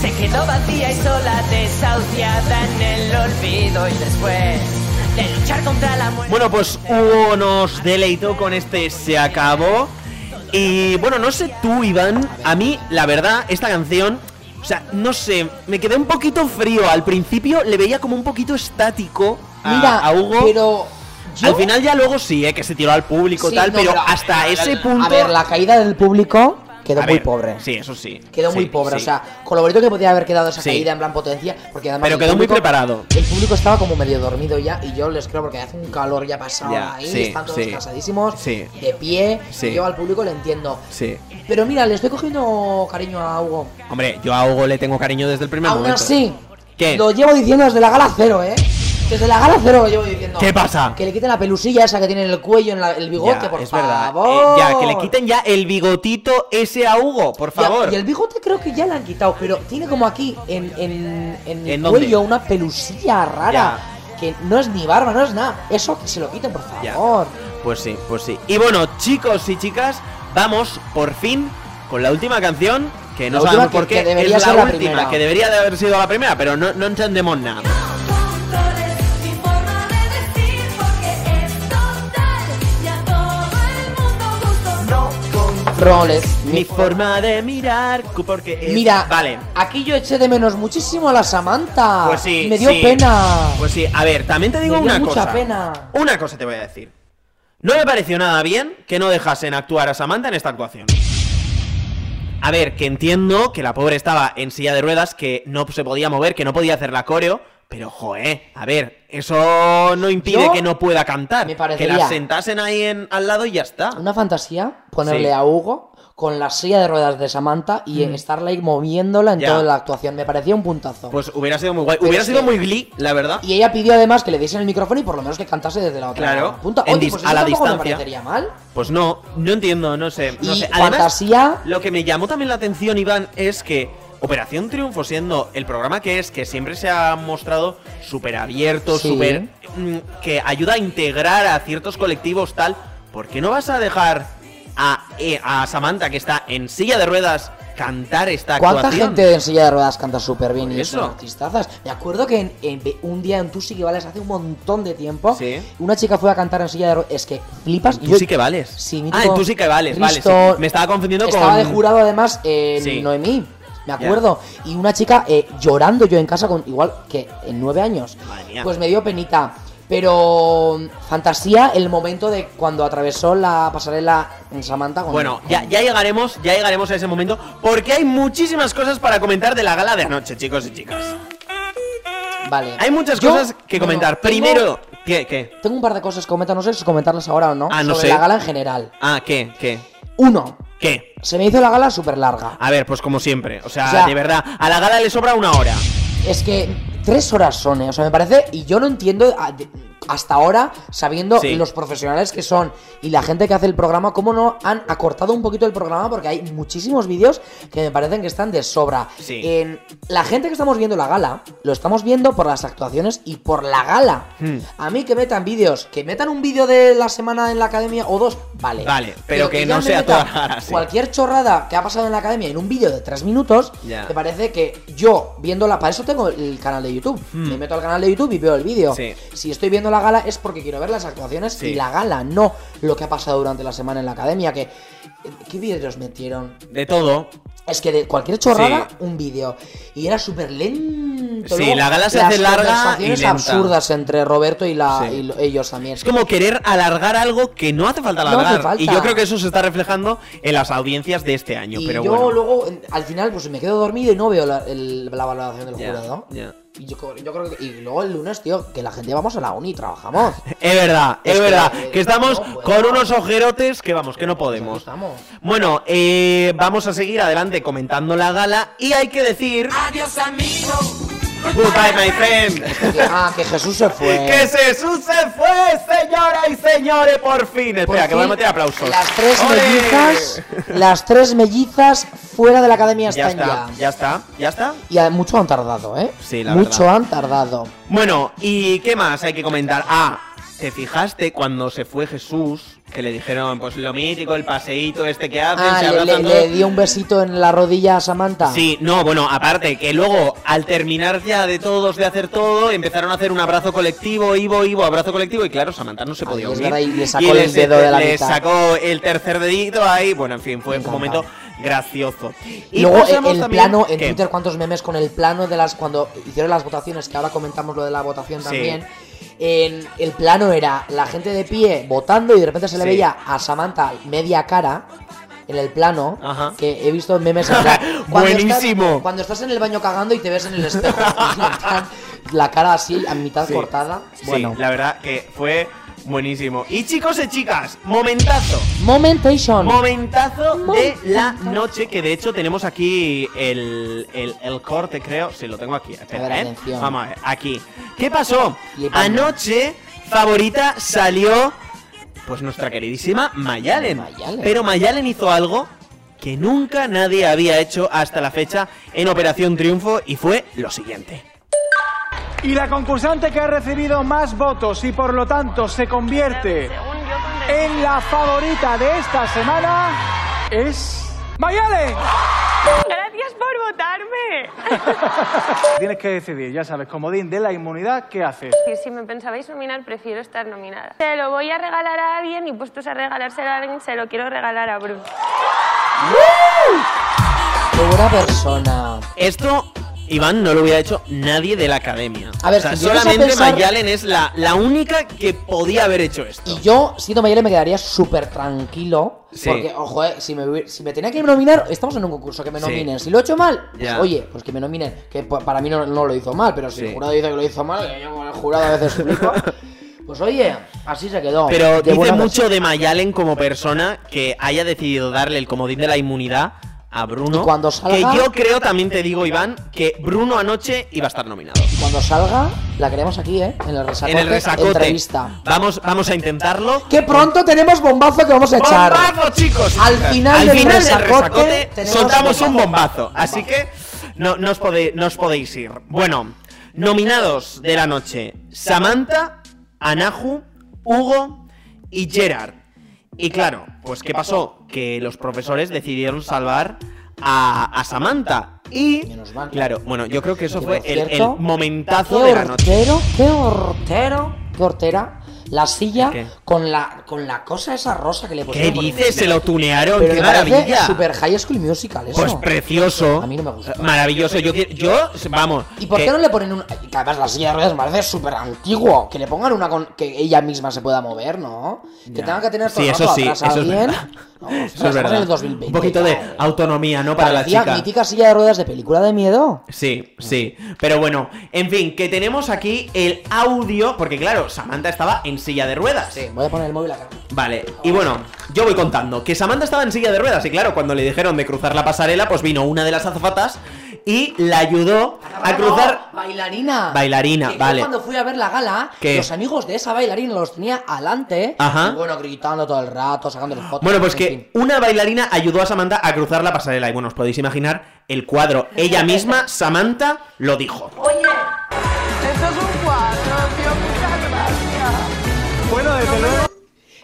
Speaker 5: Se quedó vacía y sola, desahuciada en el olvido y después de luchar contra la muerte.
Speaker 2: Bueno, pues Hugo nos deleitó con este Se acabó. Y bueno, no sé tú, Iván, a mí, la verdad, esta canción, o sea, no sé, me quedé un poquito frío. Al principio le veía como un poquito estático a,
Speaker 3: Mira,
Speaker 2: a Hugo.
Speaker 3: pero yo-
Speaker 2: Al final ya luego sí, eh, que se tiró al público
Speaker 3: Sí,
Speaker 2: tal,
Speaker 3: no,
Speaker 2: pero,
Speaker 3: pero-
Speaker 2: hasta ese punto...
Speaker 3: A ver, la caída del público quedó
Speaker 2: A
Speaker 3: muy
Speaker 2: ver,
Speaker 3: pobre.
Speaker 2: Sí, eso sí.
Speaker 3: Quedó
Speaker 2: sí,
Speaker 3: muy pobre, o
Speaker 2: sí.
Speaker 3: sea, con lo bonito que podía haber quedado esa
Speaker 2: Sí.
Speaker 3: caída en plan potencia, porque además.
Speaker 2: Pero
Speaker 3: el
Speaker 2: quedó muy preparado.
Speaker 3: El público estaba como medio dormido ya, y yo les creo porque hace un calor ya pasado
Speaker 2: Ya,
Speaker 3: ahí,
Speaker 2: sí,
Speaker 3: están todos
Speaker 2: sí.
Speaker 3: cansadísimos,
Speaker 2: Sí.
Speaker 3: de pie,
Speaker 2: Sí.
Speaker 3: y yo al público le entiendo.
Speaker 2: Sí.
Speaker 3: Pero mira, le estoy cogiendo cariño a Hugo.
Speaker 2: Hombre, yo a Hugo le tengo cariño desde el primer
Speaker 3: Aún
Speaker 2: momento.
Speaker 3: así,
Speaker 2: ¿Qué?
Speaker 3: lo llevo diciendo desde la gala cero, ¿eh? Desde la gala cero lo llevo diciendo.
Speaker 2: ¿Qué pasa?
Speaker 3: Que le quiten la pelusilla esa que tiene en el cuello, en la- el bigote,
Speaker 2: Ya,
Speaker 3: por
Speaker 2: es verdad.
Speaker 3: favor.
Speaker 2: Eh, ya, que le quiten ya el bigotito ese a Hugo, por
Speaker 3: Ya,
Speaker 2: favor.
Speaker 3: y el bigote creo que ya le han quitado, pero tiene como aquí en, en, en el
Speaker 2: ¿En dónde?
Speaker 3: cuello una pelusilla rara. Que no es ni barba, no es nada. Eso que se lo quiten, por
Speaker 2: Ya.
Speaker 3: favor.
Speaker 2: Pues sí, pues sí. Y bueno, chicos y chicas, vamos por fin con la última canción, que no
Speaker 3: La última
Speaker 2: sabemos
Speaker 3: que-
Speaker 2: por
Speaker 3: que
Speaker 2: qué, es
Speaker 3: debería
Speaker 2: la,
Speaker 3: ser la
Speaker 2: última,
Speaker 3: primera.
Speaker 2: que debería de haber sido la primera, pero no, no entendemos nada.
Speaker 1: Autores, mi forma de decir porque es total y a todo el mundo gusto.
Speaker 4: No con
Speaker 3: Roles.
Speaker 2: Mi forma de mirar, cu- porque es...
Speaker 3: Mira,
Speaker 2: Vale.
Speaker 3: aquí yo eché de menos muchísimo a la Samantha.
Speaker 2: Pues sí,
Speaker 3: Ah, Me dio
Speaker 2: sí.
Speaker 3: pena.
Speaker 2: Pues sí, a ver, también te digo
Speaker 3: Me dio
Speaker 2: una
Speaker 3: mucha
Speaker 2: cosa.
Speaker 3: pena.
Speaker 2: Una cosa te voy a decir. No me pareció nada bien que no dejasen actuar a Samantha en esta actuación. A ver, que entiendo que la pobre estaba en silla de ruedas, que no se podía mover, que no podía hacer la coreo, pero joe, a ver, eso no impide
Speaker 3: Yo-
Speaker 2: que no pueda cantar.
Speaker 3: me
Speaker 2: que
Speaker 3: parecería-
Speaker 2: la sentasen ahí en, al lado y ya está.
Speaker 3: Una fantasía ponerle
Speaker 2: Sí. Mm.
Speaker 3: a Hugo con la silla de ruedas de Samantha y estarla ahí moviéndola en
Speaker 2: Ya.
Speaker 3: toda la actuación. Me parecía un puntazo.
Speaker 2: Pues hubiera sido muy guay.
Speaker 3: Pero
Speaker 2: hubiera
Speaker 3: es
Speaker 2: sido
Speaker 3: que-
Speaker 2: muy glee, la verdad.
Speaker 3: Y ella pidió además que le diesen el micrófono y por lo menos que cantase desde la otra
Speaker 2: Claro,
Speaker 3: punta.
Speaker 2: en
Speaker 3: Oye,
Speaker 2: dis-
Speaker 3: pues
Speaker 2: a
Speaker 3: eso
Speaker 2: la
Speaker 3: tampoco me
Speaker 2: distancia.
Speaker 3: parecería mal.
Speaker 2: Pues no, no entiendo, no sé. No
Speaker 3: y
Speaker 2: sé. Además,
Speaker 3: fantasía.
Speaker 2: Lo que me llamó también la atención, Iván, es que Operación Triunfo, siendo el programa que es, que siempre se ha mostrado súper abierto,
Speaker 3: Sí.
Speaker 2: súper. mm, que ayuda a integrar a ciertos colectivos, tal. ¿Por qué no vas a dejar a, eh, a Samantha, que está en silla de ruedas, cantar esta
Speaker 3: ¿Cuánta
Speaker 2: actuación?
Speaker 3: gente en silla de ruedas canta súper bien
Speaker 2: Por
Speaker 3: y son
Speaker 2: eso.
Speaker 3: artistazas? Me acuerdo que en, en Be- un día en Tusi que Vales hace un montón de tiempo,
Speaker 2: Sí.
Speaker 3: una chica fue a cantar en silla de ruedas. Es que flipas.
Speaker 2: Tú
Speaker 3: Yo-
Speaker 2: sí que vales.
Speaker 3: Sí,
Speaker 2: ah,
Speaker 3: mítico
Speaker 2: tú sí que vales, vale. sí.
Speaker 3: Risto.
Speaker 2: Me estaba confundiendo
Speaker 3: Estaba
Speaker 2: con.
Speaker 3: de jurado además eh,
Speaker 2: Sí.
Speaker 3: Noemí, me acuerdo. Y una chica eh, llorando yo en casa con igual que en nueve años.
Speaker 2: Madre mía.
Speaker 3: Pues me dio penita. Pero mm, fantasía el momento de cuando atravesó la pasarela en Samantha. con-
Speaker 2: Bueno, ya, ya llegaremos, ya llegaremos a ese momento, porque hay muchísimas cosas para comentar de la gala de anoche, chicos y chicas.
Speaker 3: vale.
Speaker 2: Hay muchas
Speaker 3: Yo-
Speaker 2: cosas que
Speaker 3: bueno,
Speaker 2: comentar.
Speaker 3: tengo-
Speaker 2: Primero, ¿qué, qué?
Speaker 3: Tengo un par de cosas que comentar, no sé si comentarlas ahora o no.
Speaker 2: Ah, no
Speaker 3: sobre
Speaker 2: sé.
Speaker 3: la gala en general.
Speaker 2: Ah, ¿qué, qué,
Speaker 3: Uno,
Speaker 2: qué?
Speaker 3: se me hizo la gala súper larga.
Speaker 2: A ver, pues como siempre, o sea,
Speaker 3: O sea-
Speaker 2: de verdad, a la gala le sobra una hora.
Speaker 3: Es que tres horas son, eh. O sea, me parece. Y yo no entiendo a- de- hasta ahora, sabiendo
Speaker 2: Sí.
Speaker 3: los profesionales que son y la gente que hace el programa, cómo no han acortado un poquito el programa, porque hay muchísimos vídeos que me parecen que están de sobra.
Speaker 2: Sí.
Speaker 3: En- la gente que estamos viendo la gala, lo estamos viendo por las actuaciones y por la gala.
Speaker 2: Hmm.
Speaker 3: A mí que metan vídeos, que metan un vídeo de la semana en la academia o dos, vale.
Speaker 2: Vale, pero que
Speaker 3: ya
Speaker 2: no
Speaker 3: me
Speaker 2: sea
Speaker 3: metan
Speaker 2: toda la gala, sí.
Speaker 3: Cualquier chorrada que ha pasado en la academia en un vídeo de tres minutos,
Speaker 2: Ya.
Speaker 3: me parece que yo viéndola, para eso tengo el canal de YouTube. Me meto al canal de YouTube y veo el vídeo.
Speaker 2: Hmm. Sí.
Speaker 3: Si estoy viendo la gala es porque quiero ver las actuaciones
Speaker 2: Sí.
Speaker 3: y la gala, no lo que ha pasado durante la semana en la academia. Que, ¿Qué vídeos metieron?
Speaker 2: De todo.
Speaker 3: Es que de cualquier chorrada,
Speaker 2: Sí.
Speaker 3: un vídeo. Y era súper lento.
Speaker 2: Sí,
Speaker 3: Luego,
Speaker 2: la gala se
Speaker 3: las
Speaker 2: hace larga y
Speaker 3: conversaciones
Speaker 2: lenta.
Speaker 3: absurdas entre Roberto y, la,
Speaker 2: Sí.
Speaker 3: y lo- ellos también.
Speaker 2: Es como querer alargar algo que no hace falta
Speaker 3: No hace
Speaker 2: alargar.
Speaker 3: falta.
Speaker 2: Y yo creo que eso se está reflejando en las audiencias de este año.
Speaker 3: y
Speaker 2: pero
Speaker 3: yo
Speaker 2: bueno.
Speaker 3: luego, en- al final, pues me quedo dormido y no veo la, el- la valoración del
Speaker 2: Ya,
Speaker 3: jurado.
Speaker 2: ya.
Speaker 3: Y yo, co- yo creo que. Y luego el lunes, tío, que la gente vamos a la uni y trabajamos.
Speaker 2: Es verdad, es,
Speaker 3: Es que-
Speaker 2: verdad.
Speaker 3: eh,
Speaker 2: que estamos
Speaker 3: no, pues,
Speaker 2: con
Speaker 3: no.
Speaker 2: unos ojerotes que vamos, que no podemos.
Speaker 3: estamos.
Speaker 2: Bueno, eh, vamos a seguir adelante comentando la gala. Y hay que decir.
Speaker 5: Adiós, amigo.
Speaker 2: Goodbye, my friend.
Speaker 3: Que- ah, que Jesús se fue.
Speaker 2: Que Jesús se fue, señoras y señores, por fin.
Speaker 3: Por
Speaker 2: Espera, que voy a
Speaker 3: fin,
Speaker 2: meter aplausos.
Speaker 3: Las tres
Speaker 2: ¡Ole!
Speaker 3: mellizas. Las tres mellizas fuera de la academia
Speaker 2: Ya
Speaker 3: están
Speaker 2: está, ya está, ya está.
Speaker 3: Y a- mucho han tardado, ¿eh?
Speaker 2: Sí, la
Speaker 3: Mucho
Speaker 2: verdad.
Speaker 3: han tardado.
Speaker 2: Bueno, ¿y qué más hay que comentar? Ah, ¿te fijaste cuando se fue Jesús? Que le dijeron, pues lo mítico, el paseíto este que hacen,
Speaker 3: Ah,
Speaker 2: se
Speaker 3: le, le-
Speaker 2: abrazan
Speaker 3: le
Speaker 2: todos.
Speaker 3: dio un besito en la rodilla a Samantha.
Speaker 2: Sí, no, bueno, aparte que luego al terminar ya de todos de hacer todo, empezaron a hacer un abrazo colectivo, Ivo, Ivo, abrazo colectivo y claro, Samantha no se
Speaker 3: Ay,
Speaker 2: podía
Speaker 3: es
Speaker 2: unir.
Speaker 3: verdad, y le sacó el dedo de la
Speaker 2: le
Speaker 3: mitad.
Speaker 2: sacó el tercer dedito ahí, bueno, en fin, fue un
Speaker 3: encanta.
Speaker 2: momento gracioso.
Speaker 3: Y luego el,
Speaker 2: pasamos
Speaker 3: el
Speaker 2: también-
Speaker 3: plano, en
Speaker 2: ¿qué?
Speaker 3: Twitter, cuántos memes con el plano de las. Cuando hicieron las votaciones, que ahora comentamos lo de la votación
Speaker 2: Sí.
Speaker 3: también. En el plano era la gente de pie votando y de repente se le
Speaker 2: Sí.
Speaker 3: veía a Samantha media cara. En el plano,
Speaker 2: Ajá.
Speaker 3: que he visto memes. en plan,
Speaker 2: Buenísimo.
Speaker 3: Estás, cuando estás en el baño cagando y te ves en el espejo. en plan, la cara así, a mitad
Speaker 2: Sí.
Speaker 3: cortada.
Speaker 2: Sí,
Speaker 3: Bueno,
Speaker 2: la verdad que fue buenísimo. Y chicos y chicas, momentazo.
Speaker 3: Momentation.
Speaker 2: Momentazo de la noche, que de hecho tenemos aquí el, el- el corte, creo. Sí, lo tengo aquí. Espera,
Speaker 3: A ver,
Speaker 2: ¿eh?
Speaker 3: atención.
Speaker 2: Vamos a ver, aquí. ¿Qué pasó?
Speaker 3: Flipando.
Speaker 2: Anoche, favorita salió, pues nuestra queridísima Mayalen.
Speaker 3: Mayalen.
Speaker 2: Pero Mayalen hizo algo que nunca nadie había hecho hasta la fecha en Operación Triunfo y fue lo siguiente.
Speaker 6: Y la concursante que ha recibido más votos y por lo tanto se convierte en la favorita de esta semana es Mayale.
Speaker 7: Gracias por votarme.
Speaker 6: Tienes que decidir, ya sabes, comodín de la inmunidad, ¿qué haces?
Speaker 7: Y si me pensabais nominar, prefiero estar nominada. Se lo voy a regalar a alguien y puestos a regalárselo a alguien, se lo quiero regalar a Bruce.
Speaker 3: Qué buena persona.
Speaker 2: Esto, Iván, no lo hubiera hecho nadie de la academia.
Speaker 3: A ver,
Speaker 2: o sea,
Speaker 3: si llegas a
Speaker 2: solamente
Speaker 3: pensar-
Speaker 2: Mayalen es la, la única que podía haber hecho esto.
Speaker 3: Y yo, siendo mayor, me quedaría súper tranquilo.
Speaker 2: Sí.
Speaker 3: Porque, ojo, eh, si, me, hubi- si me tenía que nominar, estamos en un concurso que me
Speaker 2: Sí.
Speaker 3: nominen. Si lo he hecho mal, pues,
Speaker 2: Ya.
Speaker 3: oye, pues que me nominen. Que pa- para mí no, no lo hizo mal, pero si
Speaker 2: Sí.
Speaker 3: el jurado dice que lo hizo mal, que yo con el jurado a veces flipo, pues oye, así se quedó.
Speaker 2: Pero
Speaker 3: De
Speaker 2: dice
Speaker 3: Oh, buena
Speaker 2: mucho de Mayalen como persona que haya decidido darle el comodín de la inmunidad a Bruno.
Speaker 3: Y cuando salga-
Speaker 2: Que yo creo, también te digo, Iván, que Bruno anoche iba a estar nominado.
Speaker 3: persona. Cuando salga, la queremos aquí, ¿eh? En el resacote.
Speaker 2: en el resacote.
Speaker 3: Entrevista.
Speaker 2: Vamos, vamos a intentarlo.
Speaker 3: Que pronto tenemos bombazo que vamos a echar.
Speaker 2: ¡Bombazo, chicos!
Speaker 3: Al final
Speaker 2: Al
Speaker 3: del
Speaker 2: final
Speaker 3: resacote tenemos
Speaker 2: soltamos un bombazo.
Speaker 3: bombazo.
Speaker 2: Así que no, no os pode- no os podéis ir. Bueno, nominados de la noche: Samantha, Anahu, Hugo y Gerard. Y claro, pues ¿qué pasó? Que los profesores decidieron salvar a, a Samantha. Y.
Speaker 3: Menos mal.
Speaker 2: Claro, bueno, yo creo que eso
Speaker 3: Que,
Speaker 2: fue
Speaker 3: por
Speaker 2: el, el
Speaker 3: cierto,
Speaker 2: momentazo
Speaker 3: qué
Speaker 2: de la noche.
Speaker 3: hortero, qué hortero, qué hortera la silla
Speaker 2: ¿Qué?
Speaker 3: con la, con la cosa esa rosa que le
Speaker 2: ¿Qué
Speaker 3: pusieron. por
Speaker 2: dices?
Speaker 3: encima.
Speaker 2: Se lo tunearon,
Speaker 3: Pero
Speaker 2: qué
Speaker 3: me parece
Speaker 2: maravilla.
Speaker 3: super high school musical eso.
Speaker 2: Pues precioso.
Speaker 3: A mí no me gusta.
Speaker 2: Maravilloso. Yo, quiero- yo vamos.
Speaker 3: ¿Y por
Speaker 2: que-
Speaker 3: qué no le ponen un.? Que además la silla de ruedas me parece súper antiguo. Que le pongan una con que ella misma se pueda mover, ¿no? Que
Speaker 2: Ya.
Speaker 3: tenga que tener todo
Speaker 2: Sí,
Speaker 3: el
Speaker 2: eso
Speaker 3: rato
Speaker 2: sí,
Speaker 3: atrás a
Speaker 2: eso es
Speaker 3: alguien.
Speaker 2: verdad.
Speaker 3: No, o
Speaker 2: Eso
Speaker 3: sea,
Speaker 2: es
Speaker 3: estamos en el
Speaker 2: verdad.
Speaker 3: 2020,
Speaker 2: Un poquito de
Speaker 3: claro.
Speaker 2: autonomía, ¿no? Para
Speaker 3: Parecía
Speaker 2: la chica.
Speaker 3: mítica silla de ruedas de película de miedo.
Speaker 2: Sí, sí. Pero bueno, en fin, que tenemos aquí el audio. Porque claro, Samantha estaba en silla de ruedas.
Speaker 3: Sí, voy a poner el móvil acá.
Speaker 2: Vale, y bueno, yo voy contando que Samantha estaba en silla de ruedas y claro, cuando le dijeron de cruzar la pasarela, pues vino una de las azafatas y la ayudó a cruzar...
Speaker 3: No, bailarina.
Speaker 2: Bailarina,
Speaker 3: Que Ah. yo
Speaker 2: vale.
Speaker 3: cuando fui a ver la gala,
Speaker 2: ¿Qué?
Speaker 3: los amigos de esa bailarina los tenía alante.
Speaker 2: Ajá.
Speaker 3: Y bueno, gritando todo el rato, sacándole fotos.
Speaker 2: Bueno, pues
Speaker 3: en
Speaker 2: que
Speaker 3: fin.
Speaker 2: una bailarina ayudó a Samantha a cruzar la pasarela y bueno, os podéis imaginar el cuadro. Ella misma, Samantha, lo dijo.
Speaker 6: Bueno, desde luego.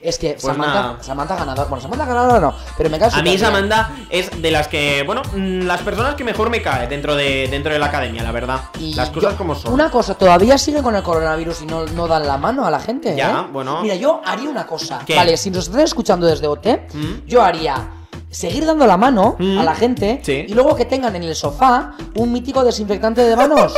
Speaker 3: Es que
Speaker 2: pues nada.
Speaker 3: Samantha, Samantha ganadora. Bueno, Samantha ganadora no, pero me cae
Speaker 2: A mí
Speaker 3: superbién.
Speaker 2: Samantha es de las que, bueno, mm, las personas que mejor me cae dentro de, dentro de la academia, la verdad.
Speaker 3: Y
Speaker 2: Las cosas
Speaker 3: yo-
Speaker 2: como son.
Speaker 3: Una cosa, todavía sigue con el coronavirus y no, no dan la mano a la gente.
Speaker 2: Ya,
Speaker 3: ¿eh?
Speaker 2: bueno.
Speaker 3: Mira, yo haría una cosa.
Speaker 2: ¿Qué?
Speaker 3: Vale, si nos están escuchando desde OT,
Speaker 2: ¿Mm?
Speaker 3: yo haría seguir dando la mano
Speaker 2: ¿Mm?
Speaker 3: a la gente
Speaker 2: Sí.
Speaker 3: y luego que tengan en el sofá un mítico desinfectante de manos.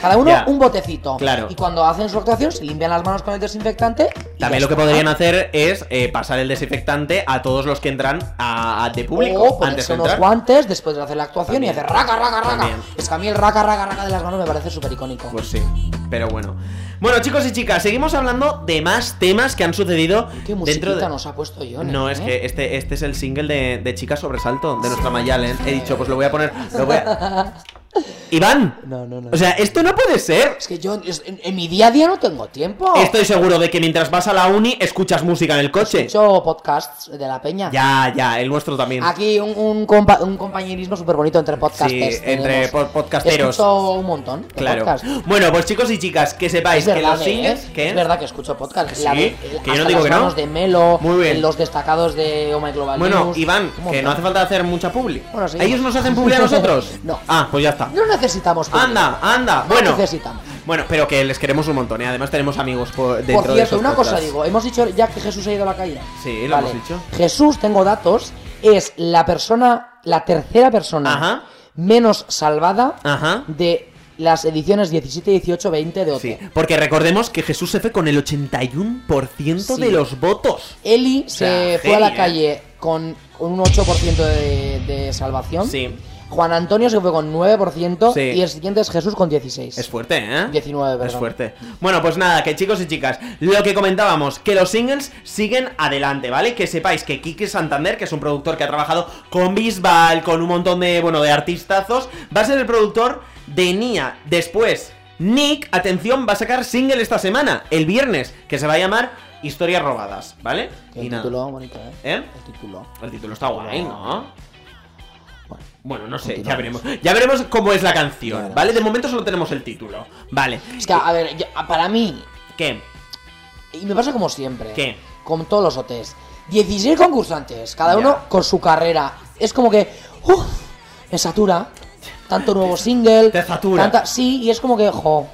Speaker 3: Cada uno
Speaker 2: Ya.
Speaker 3: un botecito.
Speaker 2: Claro.
Speaker 3: Y cuando hacen su actuación, se limpian las manos con el desinfectante. y
Speaker 2: También
Speaker 3: ya
Speaker 2: lo que
Speaker 3: está.
Speaker 2: podrían hacer es eh, pasar el desinfectante a todos los que entran a, a- de público
Speaker 3: O
Speaker 2: antes
Speaker 3: ponerse
Speaker 2: de
Speaker 3: unos
Speaker 2: entrar.
Speaker 3: guantes después de hacer la actuación
Speaker 2: También.
Speaker 3: y hacer raca, raca, raca.
Speaker 2: También.
Speaker 3: Es que a mí el raca, raca, raca de las manos me parece súper icónico.
Speaker 2: Pues sí, pero bueno. Bueno, chicos y chicas, seguimos hablando de más temas que han sucedido
Speaker 3: Qué musiquita
Speaker 2: dentro de.
Speaker 3: nos ha puesto ¿eh? yo.
Speaker 2: No, es que este, este es el single de, de Chica Sobresalto, de nuestra Mayal, ¿eh? He dicho, pues lo voy a poner. Lo voy a... ¡Iván!
Speaker 3: No, no, no.
Speaker 2: O sea, esto no puede ser.
Speaker 3: Es que yo es- en, en mi día a día no tengo tiempo.
Speaker 2: Estoy seguro de que mientras vas a la uni escuchas música en el coche.
Speaker 3: Escucho podcasts de la peña.
Speaker 2: Ya, em. ya, el nuestro también.
Speaker 3: Aquí un, un compa- un compañerismo súper bonito entre podcasters.
Speaker 2: Sí, entre
Speaker 3: tenemos.
Speaker 2: po- podcasteros.
Speaker 3: Escucho un montón de
Speaker 2: Claro.
Speaker 3: podcasts.
Speaker 2: Bueno, pues chicos y chicas, que sepáis
Speaker 3: Es
Speaker 2: que los
Speaker 3: verdad, ¿eh?
Speaker 2: singles. ¿Qué?
Speaker 3: es verdad que escucho podcasts.
Speaker 2: Sí,
Speaker 3: La de-
Speaker 2: que yo
Speaker 3: el-
Speaker 2: no
Speaker 3: hasta
Speaker 2: digo
Speaker 3: las
Speaker 2: que no.
Speaker 3: manos de Melo,
Speaker 2: Muy bien.
Speaker 3: los destacados de Oh My Global
Speaker 2: Bueno,
Speaker 3: News,
Speaker 2: Iván,
Speaker 3: un
Speaker 2: que no hace
Speaker 3: montón.
Speaker 2: falta hacer mucha publi.
Speaker 3: Bueno, sí.
Speaker 2: ¿Ellos nos hacen publi a nosotros?
Speaker 3: No.
Speaker 2: Ah, pues ya está.
Speaker 3: No necesitamos. publicidad.
Speaker 2: Anda, anda.
Speaker 3: No
Speaker 2: Bueno.
Speaker 3: necesitamos.
Speaker 2: Bueno, pero que les queremos un montón y además tenemos amigos por, dentro
Speaker 3: Por
Speaker 2: de
Speaker 3: cierto,
Speaker 2: esos
Speaker 3: una cosa
Speaker 2: podcasts.
Speaker 3: digo, hemos dicho ya que Jesús ha ido a la calle.
Speaker 2: Sí, lo hemos dicho.
Speaker 3: Jesús, tengo datos, es la persona, la tercera persona
Speaker 2: Ajá.
Speaker 3: menos salvada
Speaker 2: Ajá.
Speaker 3: de las ediciones 17, 18, 20 de OT.
Speaker 2: Sí, porque recordemos que Jesús se fue con el 81% de
Speaker 3: Sí.
Speaker 2: los votos.
Speaker 3: Eli
Speaker 2: sea,
Speaker 3: se fue a la
Speaker 2: genio,
Speaker 3: calle con, con un 8% de, de salvación.
Speaker 2: Sí.
Speaker 3: Juan Antonio se fue con 9%
Speaker 2: Sí.
Speaker 3: y el siguiente es Jesús con 16.
Speaker 2: Es fuerte, ¿eh?
Speaker 3: 19, perdón.
Speaker 2: Es fuerte. Bueno, pues nada, que chicos y chicas, lo que comentábamos, que los singles siguen adelante, ¿vale? Que sepáis que Kiki Santander, que es un productor que ha trabajado con Bisbal, con un montón de, bueno, de artistazos, va a ser el productor de Nia. Después, Nick, atención, va a sacar single esta semana, el viernes, que se va a llamar Historias Robadas, ¿vale?
Speaker 3: El
Speaker 2: nada.
Speaker 3: título bonito, ¿eh?
Speaker 2: ¿Eh?
Speaker 3: El título.
Speaker 2: El título está guay, ¿no?
Speaker 3: Bueno.
Speaker 2: Bueno, no sé, ya veremos.
Speaker 3: Continuamos.
Speaker 2: Ya veremos cómo es la canción,
Speaker 3: veremos.
Speaker 2: ¿vale? De momento solo tenemos el título, ¿vale?
Speaker 3: Es que, a ver, yo- para mí,
Speaker 2: ¿Qué?
Speaker 3: Y me pasa como siempre.
Speaker 2: ¿Qué?
Speaker 3: Con todos los OTs. 16 concursantes, cada
Speaker 2: Ya.
Speaker 3: uno con su carrera. Es como que. ¡Uf! Me satura. Tanto nuevo single.
Speaker 2: Te satura.
Speaker 3: tanta- Sí, y es como que, jo.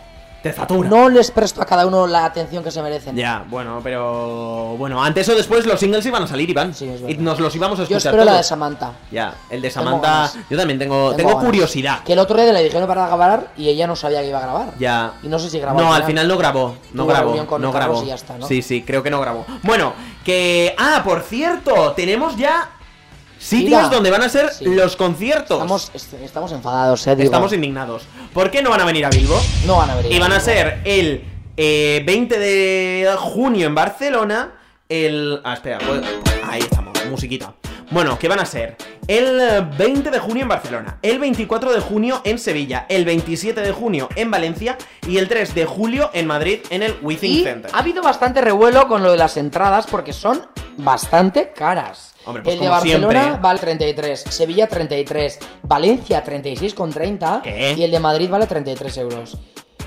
Speaker 2: Te satura.
Speaker 3: No les presto a cada uno la atención que se merecen.
Speaker 2: Ya, bueno, pero. Bueno, antes o después los singles iban a salir, Iván.
Speaker 3: Sí, es verdad.
Speaker 2: y nos los íbamos a
Speaker 3: Yo
Speaker 2: escuchar.
Speaker 3: espero la de
Speaker 2: todos.
Speaker 3: Samantha.
Speaker 2: Ya, el de
Speaker 3: Tengo
Speaker 2: Samantha.
Speaker 3: ganas.
Speaker 2: Yo también tengo, tengo,
Speaker 3: ganas.
Speaker 2: curiosidad.
Speaker 3: Que el otro día le dijeron para grabar y ella no sabía que iba a grabar.
Speaker 2: Ya.
Speaker 3: Y no sé si grabó.
Speaker 2: No, al final no grabó. No
Speaker 3: Tuvo
Speaker 2: grabó.
Speaker 3: reunión con
Speaker 2: no
Speaker 3: Carlos
Speaker 2: grabó.
Speaker 3: y ya está, ¿no?
Speaker 2: Sí, sí, creo que no grabó. Bueno, que. Ah, por cierto, tenemos ya sitios
Speaker 3: Mira.
Speaker 2: donde van a ser
Speaker 3: Sí.
Speaker 2: los conciertos.
Speaker 3: Estamos, est- estamos enfadados, eh. Digo.
Speaker 2: Estamos indignados. ¿Por qué no van a venir a Bilbo?
Speaker 3: No van a venir.
Speaker 2: Y van a ser el eh, 20 de junio en Barcelona. El. Ah, espera, pues- ahí estamos, musiquita. Bueno, ¿qué van a ser? El eh, 20 de junio en Barcelona, el 24 de junio en Sevilla, el 27 de junio en Valencia y el 3 de julio en Madrid en el Within
Speaker 3: Y
Speaker 2: Center.
Speaker 3: ha habido bastante revuelo con lo de las entradas porque son bastante caras.
Speaker 2: Hombre, pues
Speaker 3: el de
Speaker 2: como
Speaker 3: Barcelona
Speaker 2: siempre.
Speaker 3: vale 33, Sevilla 33, Valencia 36,30
Speaker 2: ¿Qué?
Speaker 3: y el de Madrid vale 33 euros.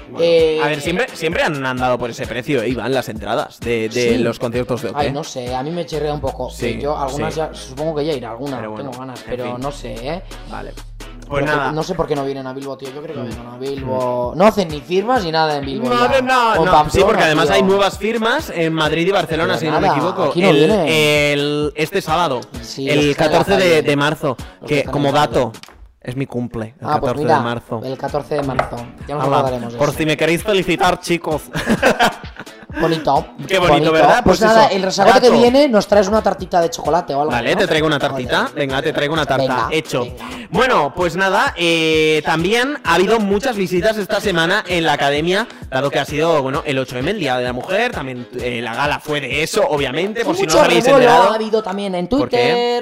Speaker 2: Bueno,
Speaker 3: Eh,
Speaker 2: a ver, siempre, siempre han andado por ese precio, Iván, las entradas de, de
Speaker 3: Sí.
Speaker 2: los conciertos de OT.
Speaker 3: Ay, no sé, a mí me chirrea un poco.
Speaker 2: ¿eh? Sí,
Speaker 3: Sí, yo algunas
Speaker 2: sí.
Speaker 3: ya, supongo que ya iré a alguna,
Speaker 2: Pero bueno,
Speaker 3: tengo ganas,
Speaker 2: en
Speaker 3: pero
Speaker 2: fin.
Speaker 3: no sé, ¿eh?
Speaker 2: Vale. Pues
Speaker 3: Pero
Speaker 2: nada. Mm.
Speaker 3: No sé por qué no vienen a Bilbo, tío. Yo creo que vienen a Bilbo. No hacen ni firmas ni nada en Bilbo.
Speaker 2: No,
Speaker 3: ya.
Speaker 2: no, no,
Speaker 3: O
Speaker 2: no.
Speaker 3: Pamplona,
Speaker 2: Sí, porque además
Speaker 3: tío.
Speaker 2: hay nuevas firmas en Madrid y Barcelona,
Speaker 3: Pero
Speaker 2: si no me
Speaker 3: nada,
Speaker 2: equivoco.
Speaker 3: aquí no
Speaker 2: El-
Speaker 3: viene.
Speaker 2: el- este sábado,
Speaker 3: Sí, los que
Speaker 2: el
Speaker 3: están en la
Speaker 2: 14 de,
Speaker 3: calle.
Speaker 2: de marzo,
Speaker 3: Los que
Speaker 2: que
Speaker 3: están
Speaker 2: como
Speaker 3: en la calle.
Speaker 2: dato, es mi cumple, el
Speaker 3: Ah,
Speaker 2: 14
Speaker 3: pues mira,
Speaker 2: de marzo.
Speaker 3: El 14 de marzo. Ya nos
Speaker 2: Ala,
Speaker 3: acordaremos. de
Speaker 2: por
Speaker 3: eso.
Speaker 2: si me queréis felicitar, chicos.
Speaker 3: Bonito.
Speaker 2: Qué bonito, ¿verdad?
Speaker 3: Pues,
Speaker 2: Pues
Speaker 3: nada,
Speaker 2: eso,
Speaker 3: el resagote que
Speaker 2: gato.
Speaker 3: viene nos traes una tartita de chocolate o algo.
Speaker 2: Vale,
Speaker 3: ¿no?
Speaker 2: te traigo una tartita. Venga, te traigo una tarta.
Speaker 3: Venga,
Speaker 2: Hecho.
Speaker 3: venga.
Speaker 2: Bueno, pues nada, eh, también ha habido muchas visitas esta semana en la academia, dado que ha sido, bueno, el 8M, el Día de la Mujer. También eh, la gala fue de eso, obviamente, por si no
Speaker 3: Mucho
Speaker 2: os habéis
Speaker 3: revuelo ha
Speaker 2: enterado.
Speaker 3: habido también en
Speaker 2: ¿Por qué?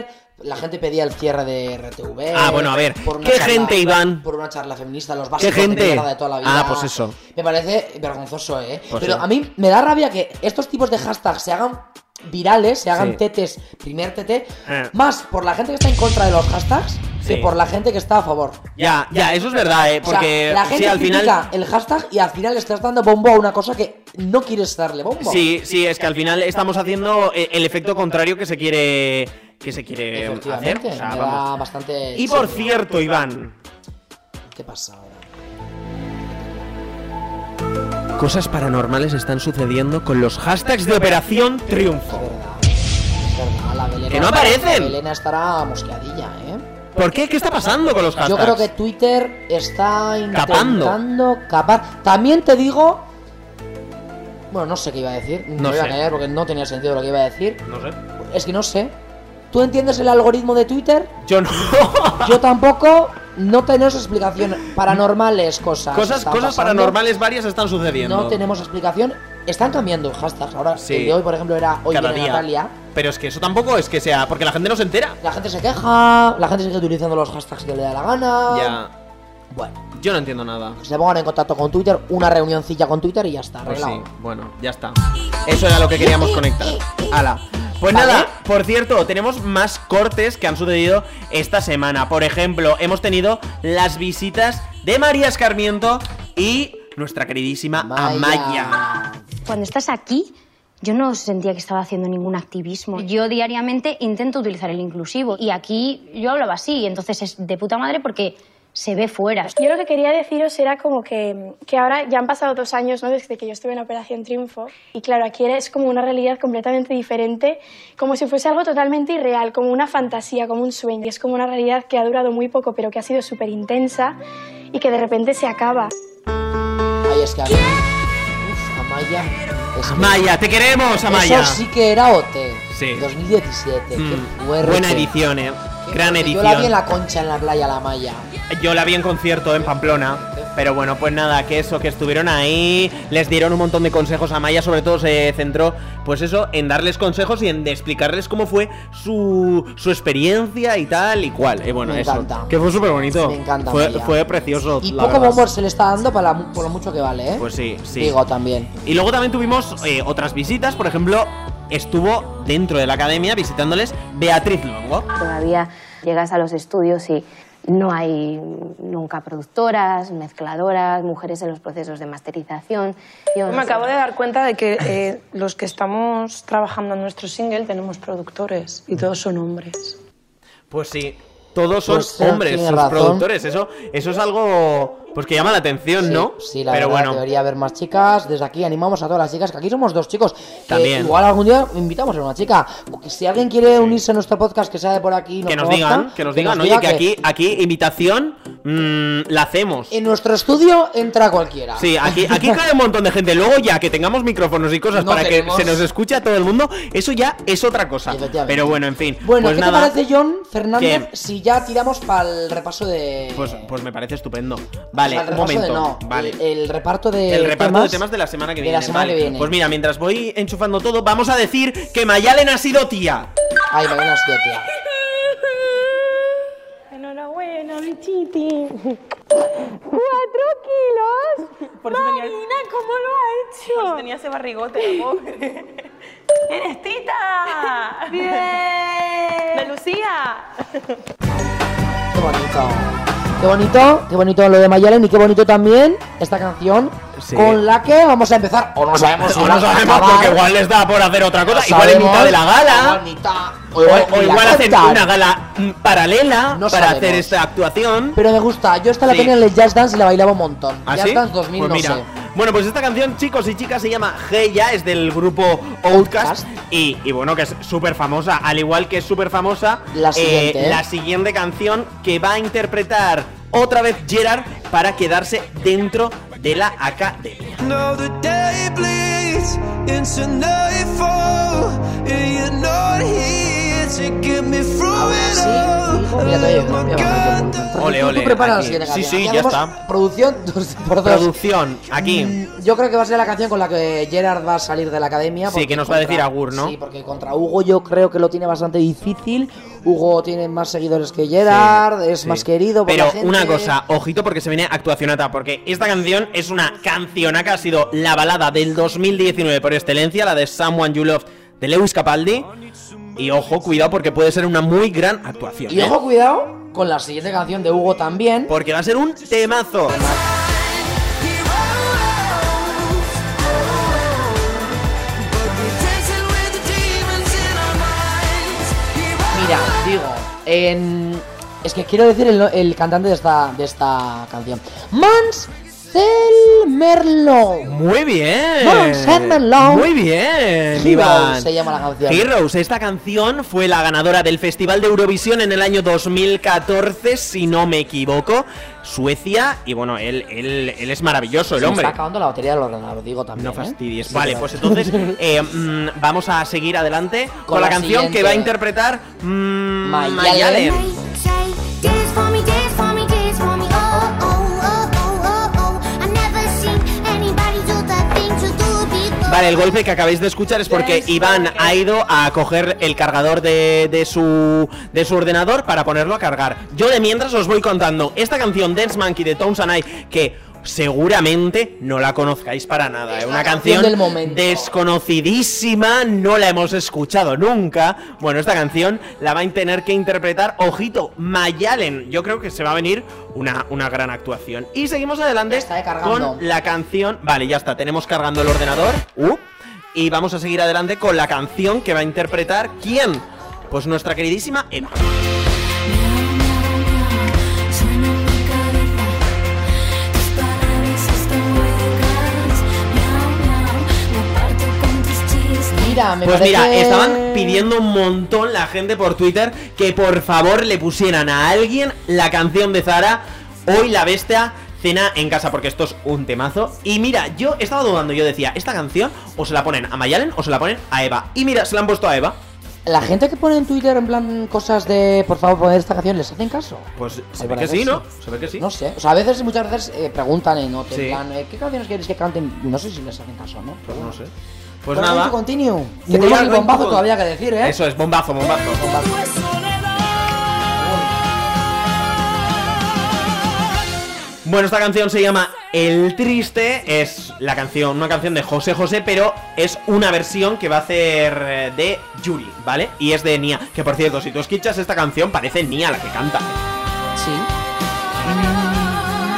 Speaker 3: Twitter. La gente pedía el cierre de RTV.
Speaker 2: Ah, bueno, a ver,
Speaker 3: por una
Speaker 2: ¿qué gente, Iván?
Speaker 3: Por una charla feminista, los básicos
Speaker 2: gente?
Speaker 3: de mierda de toda la vida.
Speaker 2: Ah, pues eso.
Speaker 3: Me parece vergonzoso, ¿eh?
Speaker 2: Pues
Speaker 3: Pero
Speaker 2: sí.
Speaker 3: a mí me da rabia que estos tipos de hashtags se hagan virales, se hagan
Speaker 2: Sí.
Speaker 3: tetes, primer tete,
Speaker 2: Eh.
Speaker 3: más por la gente que está en contra de los hashtags
Speaker 2: Sí.
Speaker 3: que por la gente que está a favor.
Speaker 2: Ya, ya, eso es verdad, eh,
Speaker 3: O sea,
Speaker 2: porque
Speaker 3: la gente
Speaker 2: sí, al
Speaker 3: critica
Speaker 2: final.
Speaker 3: el hashtag y al final le estás dando bombo a una cosa que no quieres darle bombo.
Speaker 2: Sí, sí, es que al final estamos haciendo eh, el efecto contrario que se quiere. Que se quiere hacer.
Speaker 3: Efectivamente,
Speaker 2: O sea,
Speaker 3: me da
Speaker 2: vamos.
Speaker 3: bastante.
Speaker 2: Y por
Speaker 3: chirria.
Speaker 2: cierto, Iván,
Speaker 3: ¿Qué pasa ahora?
Speaker 2: Cosas paranormales están sucediendo con los hashtags de Operación Triunfo.
Speaker 3: Es verdad, la Belena-
Speaker 2: ¡Que no aparecen!
Speaker 3: La Belena estará mosqueadilla, ¿eh?
Speaker 2: ¿Por qué? ¿Qué está pasando con los hashtags?
Speaker 3: Yo creo que Twitter está
Speaker 2: Ah, Capando.
Speaker 3: intentando capar. También te digo. Bueno, no sé qué iba a decir.
Speaker 2: No
Speaker 3: me voy a
Speaker 2: sé.
Speaker 3: callar porque no tenía sentido lo que iba a decir.
Speaker 2: No sé.
Speaker 3: Es que no sé. ¿Tú entiendes el algoritmo de Twitter?
Speaker 2: Yo no. Ah.
Speaker 3: Yo tampoco. No tenemos explicación. Paranormales, cosas.
Speaker 2: cosas
Speaker 3: están
Speaker 2: cosas
Speaker 3: pasando.
Speaker 2: paranormales varias están sucediendo.
Speaker 3: No tenemos explicación. Están cambiando hashtags. Ahora,
Speaker 2: Sí.
Speaker 3: el de hoy, por ejemplo, era Hoy
Speaker 2: Cada
Speaker 3: viene
Speaker 2: día.
Speaker 3: Natalia.
Speaker 2: Pero es que eso tampoco es que sea. Porque la gente no se entera.
Speaker 3: La gente se queja, la gente sigue utilizando los hashtags que le da la gana.
Speaker 2: Ya.
Speaker 3: Ah. Bueno,
Speaker 2: Yo no entiendo nada.
Speaker 3: que se pongan en contacto con Twitter, una reunioncilla con Twitter y ya está,
Speaker 2: Pues
Speaker 3: arreglado.
Speaker 2: sí, bueno, ya está. Eso era lo que queríamos conectar. Ala. Pues
Speaker 3: Vale.
Speaker 2: nada, por cierto, tenemos más cortes que han sucedido esta semana. Por ejemplo, hemos tenido las visitas de María Escarmiento y nuestra queridísima Amaya.
Speaker 8: Cuando estás aquí, yo no sentía que estaba haciendo ningún activismo. Yo diariamente intento utilizar el inclusivo y aquí yo hablaba así, entonces es de puta madre porque se ve fuera.
Speaker 9: Yo lo que quería deciros era como que, que ahora ya han pasado dos años, ¿no? Desde que yo estuve en Operación Triunfo. Y claro, aquí es como una realidad completamente diferente, como si fuese algo totalmente irreal, como una fantasía, como un sueño. Y es como una realidad que ha durado muy poco, pero que ha sido súper intensa y que de repente se acaba.
Speaker 3: Ay, es que Amaya. Uf, Amaya. Es que-
Speaker 2: Amaya, te queremos, Amaya.
Speaker 3: Eso sí que era OT.
Speaker 2: Sí.
Speaker 3: 2017.
Speaker 2: Mm,
Speaker 3: Qué fuerte.
Speaker 2: buena edición, eh.
Speaker 3: Qué
Speaker 2: Gran
Speaker 3: fuerte.
Speaker 2: edición.
Speaker 3: Yo la vi en la concha en la playa, la Amaya.
Speaker 2: Yo la vi en concierto en Pamplona. Pero bueno, pues nada, que eso, que estuvieron ahí, les dieron un montón de consejos a Maya, sobre todo se centró, pues eso, en darles consejos y en explicarles cómo fue su, su experiencia y tal y cual. Y bueno,
Speaker 3: Me
Speaker 2: eso.
Speaker 3: encanta.
Speaker 2: Que fue súper bonito.
Speaker 3: Me encanta,
Speaker 2: Fue,
Speaker 3: Maya.
Speaker 2: fue precioso.
Speaker 3: Y
Speaker 2: Oh, la
Speaker 3: poco
Speaker 2: verdad.
Speaker 3: bombo se le está dando para la mu- por lo mucho que vale, ¿eh?
Speaker 2: Pues sí, sí.
Speaker 3: Digo también.
Speaker 2: Y luego también tuvimos eh, otras visitas, por ejemplo, estuvo dentro de la academia visitándoles Beatriz Longo.
Speaker 8: Todavía llegas a los estudios y no hay nunca productoras, mezcladoras, mujeres en los procesos de masterización. Yo no
Speaker 10: Me
Speaker 8: sé.
Speaker 10: acabo de dar cuenta de que eh, los que estamos trabajando en nuestro single tenemos productores y todos son hombres.
Speaker 2: Pues sí. Todos son
Speaker 3: Pues, eh,
Speaker 2: hombres,
Speaker 3: tiene
Speaker 2: sus
Speaker 3: razón.
Speaker 2: productores. Eso, eso es algo pues que llama la atención,
Speaker 3: Sí,
Speaker 2: ¿no?
Speaker 3: Sí, la
Speaker 2: Pero
Speaker 3: verdad,
Speaker 2: bueno.
Speaker 3: debería haber más chicas. Desde aquí animamos a todas las chicas, que aquí somos dos chicos. Que
Speaker 2: También.
Speaker 3: igual algún día invitamos a una chica. Si alguien quiere unirse a nuestro podcast, que sea de por aquí,
Speaker 2: Que nos
Speaker 3: conozca,
Speaker 2: digan, que nos digan, oye,
Speaker 3: diga
Speaker 2: que, aquí, aquí invitación mm, la hacemos.
Speaker 3: En nuestro estudio entra cualquiera.
Speaker 2: Sí, aquí, aquí cae un montón de gente. Luego ya que tengamos micrófonos y cosas
Speaker 3: No
Speaker 2: para
Speaker 3: tenemos.
Speaker 2: que se nos escuche a todo el mundo, eso ya es otra cosa.
Speaker 3: Efectivamente.
Speaker 2: Pero bueno, en fin.
Speaker 3: Bueno,
Speaker 2: pues
Speaker 3: ¿qué
Speaker 2: nada.
Speaker 3: te parece, John Fernández,
Speaker 2: ¿Qué?
Speaker 3: si ya tiramos para el repaso de.
Speaker 2: Pues, pues me parece estupendo.
Speaker 3: o sea,
Speaker 2: Vale,
Speaker 3: el
Speaker 2: un
Speaker 3: Pues repaso de
Speaker 2: momento.
Speaker 3: no, Eh,
Speaker 2: vale.
Speaker 3: El, el reparto de.
Speaker 2: El reparto de temas de la semana que
Speaker 3: de
Speaker 2: viene.
Speaker 3: la semana
Speaker 2: vale.
Speaker 3: que viene.
Speaker 2: Pues mira, mientras voy enchufando todo, vamos a decir que Mayalen ha sido tía.
Speaker 3: Ay, me vienes, tío, tía.
Speaker 9: Enhorabuena, bichiti.
Speaker 7: ¡Cuatro kilos!
Speaker 10: Por eso tenía-
Speaker 7: Marina, ¿cómo lo ha hecho?
Speaker 10: Tenía ese barrigote, la pobre.
Speaker 7: ¡Eres tita! ¡Bien! ¡De Lucía!
Speaker 3: Qué bonito. Qué bonito, qué bonito lo de Mayalen y qué bonito también esta canción
Speaker 2: Sí.
Speaker 3: con la que vamos a empezar. O no sabemos,
Speaker 2: O no sabemos porque igual les da por hacer otra cosa.
Speaker 3: No
Speaker 2: igual en
Speaker 3: sabemos.
Speaker 2: mitad de la
Speaker 3: Igual
Speaker 2: gala.
Speaker 3: mitad.
Speaker 2: O igual, o
Speaker 3: ni la
Speaker 2: igual hacen
Speaker 3: cortan.
Speaker 2: una gala mm, paralela
Speaker 3: No
Speaker 2: para hacer
Speaker 3: sabemos.
Speaker 2: esta actuación.
Speaker 3: Pero me gusta, yo esta la
Speaker 2: Sí.
Speaker 3: tenía en el Jazz Dance y la bailaba un montón.
Speaker 2: ¿Ah,
Speaker 3: Jazz
Speaker 2: sí?
Speaker 3: Dance 2000,
Speaker 2: Pues
Speaker 3: no
Speaker 2: mira.
Speaker 3: sé.
Speaker 2: Bueno, pues esta canción, chicos y chicas, se llama Hey Ya, es del grupo Outcast.
Speaker 3: Outkast.
Speaker 2: Y, y bueno, que es súper famosa. Al igual que es súper famosa
Speaker 3: La siguiente, ¿eh?
Speaker 2: la siguiente canción que va a interpretar otra vez Gerard para quedarse dentro de la academia.
Speaker 4: Now the day bleeds into nightfall, and you're not here to get me through
Speaker 3: Ahora
Speaker 4: it
Speaker 3: sí, hijo, mira,
Speaker 4: all.
Speaker 3: te oye, mira, mira, mira, mira. Francisco,
Speaker 2: Ole, ole,
Speaker 3: Tú preparas la
Speaker 2: aquí.
Speaker 3: siguiente
Speaker 2: Sí,
Speaker 3: canción.
Speaker 2: sí,
Speaker 3: Aquí
Speaker 2: ya
Speaker 3: hacemos
Speaker 2: está.
Speaker 3: Producción dos por dos.
Speaker 2: Producción, aquí.
Speaker 3: Mm, Yo creo que va a ser la canción con la que Gerard va a salir de la academia.
Speaker 2: Sí,
Speaker 3: porque
Speaker 2: que nos va a decir Agur, ¿no?
Speaker 3: Sí, porque contra Hugo yo creo que lo tiene bastante difícil. Hugo tiene más seguidores que Gerard, es
Speaker 2: Sí.
Speaker 3: más querido. por
Speaker 2: Pero
Speaker 3: la gente.
Speaker 2: una cosa, ojito porque se viene actuacionata, porque esta canción es una cancionaca, ha sido la balada del 2019 por excelencia, la de Someone You Loved de Lewis Capaldi. Y ojo, cuidado porque puede ser una muy gran actuación.
Speaker 3: Y
Speaker 2: ¿eh?
Speaker 3: ojo, cuidado con la siguiente canción de Hugo también.
Speaker 2: Porque va a ser un temazo.
Speaker 3: Mira, digo, en- es que quiero decir el, el cantante de esta, de esta canción. Mansell Merlo.
Speaker 2: Muy bien.
Speaker 3: Bueno, Sandman
Speaker 2: Muy bien,
Speaker 3: Heroes
Speaker 2: Iván.
Speaker 3: se llama la canción.
Speaker 2: Heroes, esta canción fue la ganadora del Festival de Eurovisión en el año 2014, si no me equivoco. Suecia, y bueno, él, él, él es maravilloso, el
Speaker 3: Se me
Speaker 2: hombre.
Speaker 3: está acabando la batería del ordenador, digo también.
Speaker 2: No
Speaker 3: ¿eh?
Speaker 2: fastidies.
Speaker 3: Sí,
Speaker 2: vale,
Speaker 3: claro.
Speaker 2: pues entonces eh, mm, vamos a seguir adelante con,
Speaker 3: Con
Speaker 2: la,
Speaker 3: la
Speaker 2: canción que
Speaker 3: siguiente.
Speaker 2: va a interpretar mm,
Speaker 3: Mayalen.
Speaker 2: Mayalen.
Speaker 9: Oh,
Speaker 2: Vale, el golpe que acabéis de escuchar es porque Iván ha ido a coger el cargador de, de su, de su ordenador para ponerlo a cargar. Yo de mientras os voy contando esta canción Dance Monkey de Tones and I que seguramente no la conozcáis para nada. Es una canción
Speaker 3: canción del momento.
Speaker 2: desconocidísima, no la hemos escuchado nunca. Bueno, esta canción la va a tener que interpretar, ojito, Mayalen. Yo creo que se va a venir una, una gran actuación. Y seguimos adelante
Speaker 3: Ya está, eh, cargando.
Speaker 2: con la canción. Vale, ya está. Tenemos cargando el ordenador. Uh, y vamos a seguir adelante con la canción que va a interpretar quién. Pues nuestra queridísima Emma.
Speaker 3: Mira, me
Speaker 2: Pues mira,
Speaker 3: parece-
Speaker 2: estaban pidiendo un montón la gente por Twitter que por favor le pusieran a alguien la canción de Zara, Hoy la bestia cena en casa, porque esto es un temazo. Y mira, yo estaba dudando, yo decía, esta canción o se la ponen a Mayalen o se la ponen a Eva. Y mira, se la han puesto a Eva.
Speaker 3: La gente que pone en Twitter en plan cosas de por favor poner esta canción, ¿les hacen caso?
Speaker 2: Pues se
Speaker 3: Al
Speaker 2: ve que
Speaker 3: parecer
Speaker 2: sí, ¿no? Se ve que sí.
Speaker 3: Ah, No sé. O sea, a veces, muchas veces eh, preguntan en otro,
Speaker 2: Sí.
Speaker 3: en plan, eh, ¿qué canciones queréis que canten? No sé si les hacen caso, ¿no?
Speaker 2: Pues no sé. Pues
Speaker 3: Bueno,
Speaker 2: nada.
Speaker 3: Going to Continue. Que
Speaker 2: Muy
Speaker 3: tenemos
Speaker 2: bien,
Speaker 3: el bombazo
Speaker 2: Going to-
Speaker 3: todavía que decir, ¿eh?
Speaker 2: Eso es, bombazo, bombazo. Bueno, esta canción se llama El Triste. Es la canción, una canción de José José, pero es una versión que va a hacer eh, de Yuri, ¿vale? Y es de Nia. Que por cierto, si tú escuchas esta canción, parece Nia la que canta.
Speaker 3: Sí.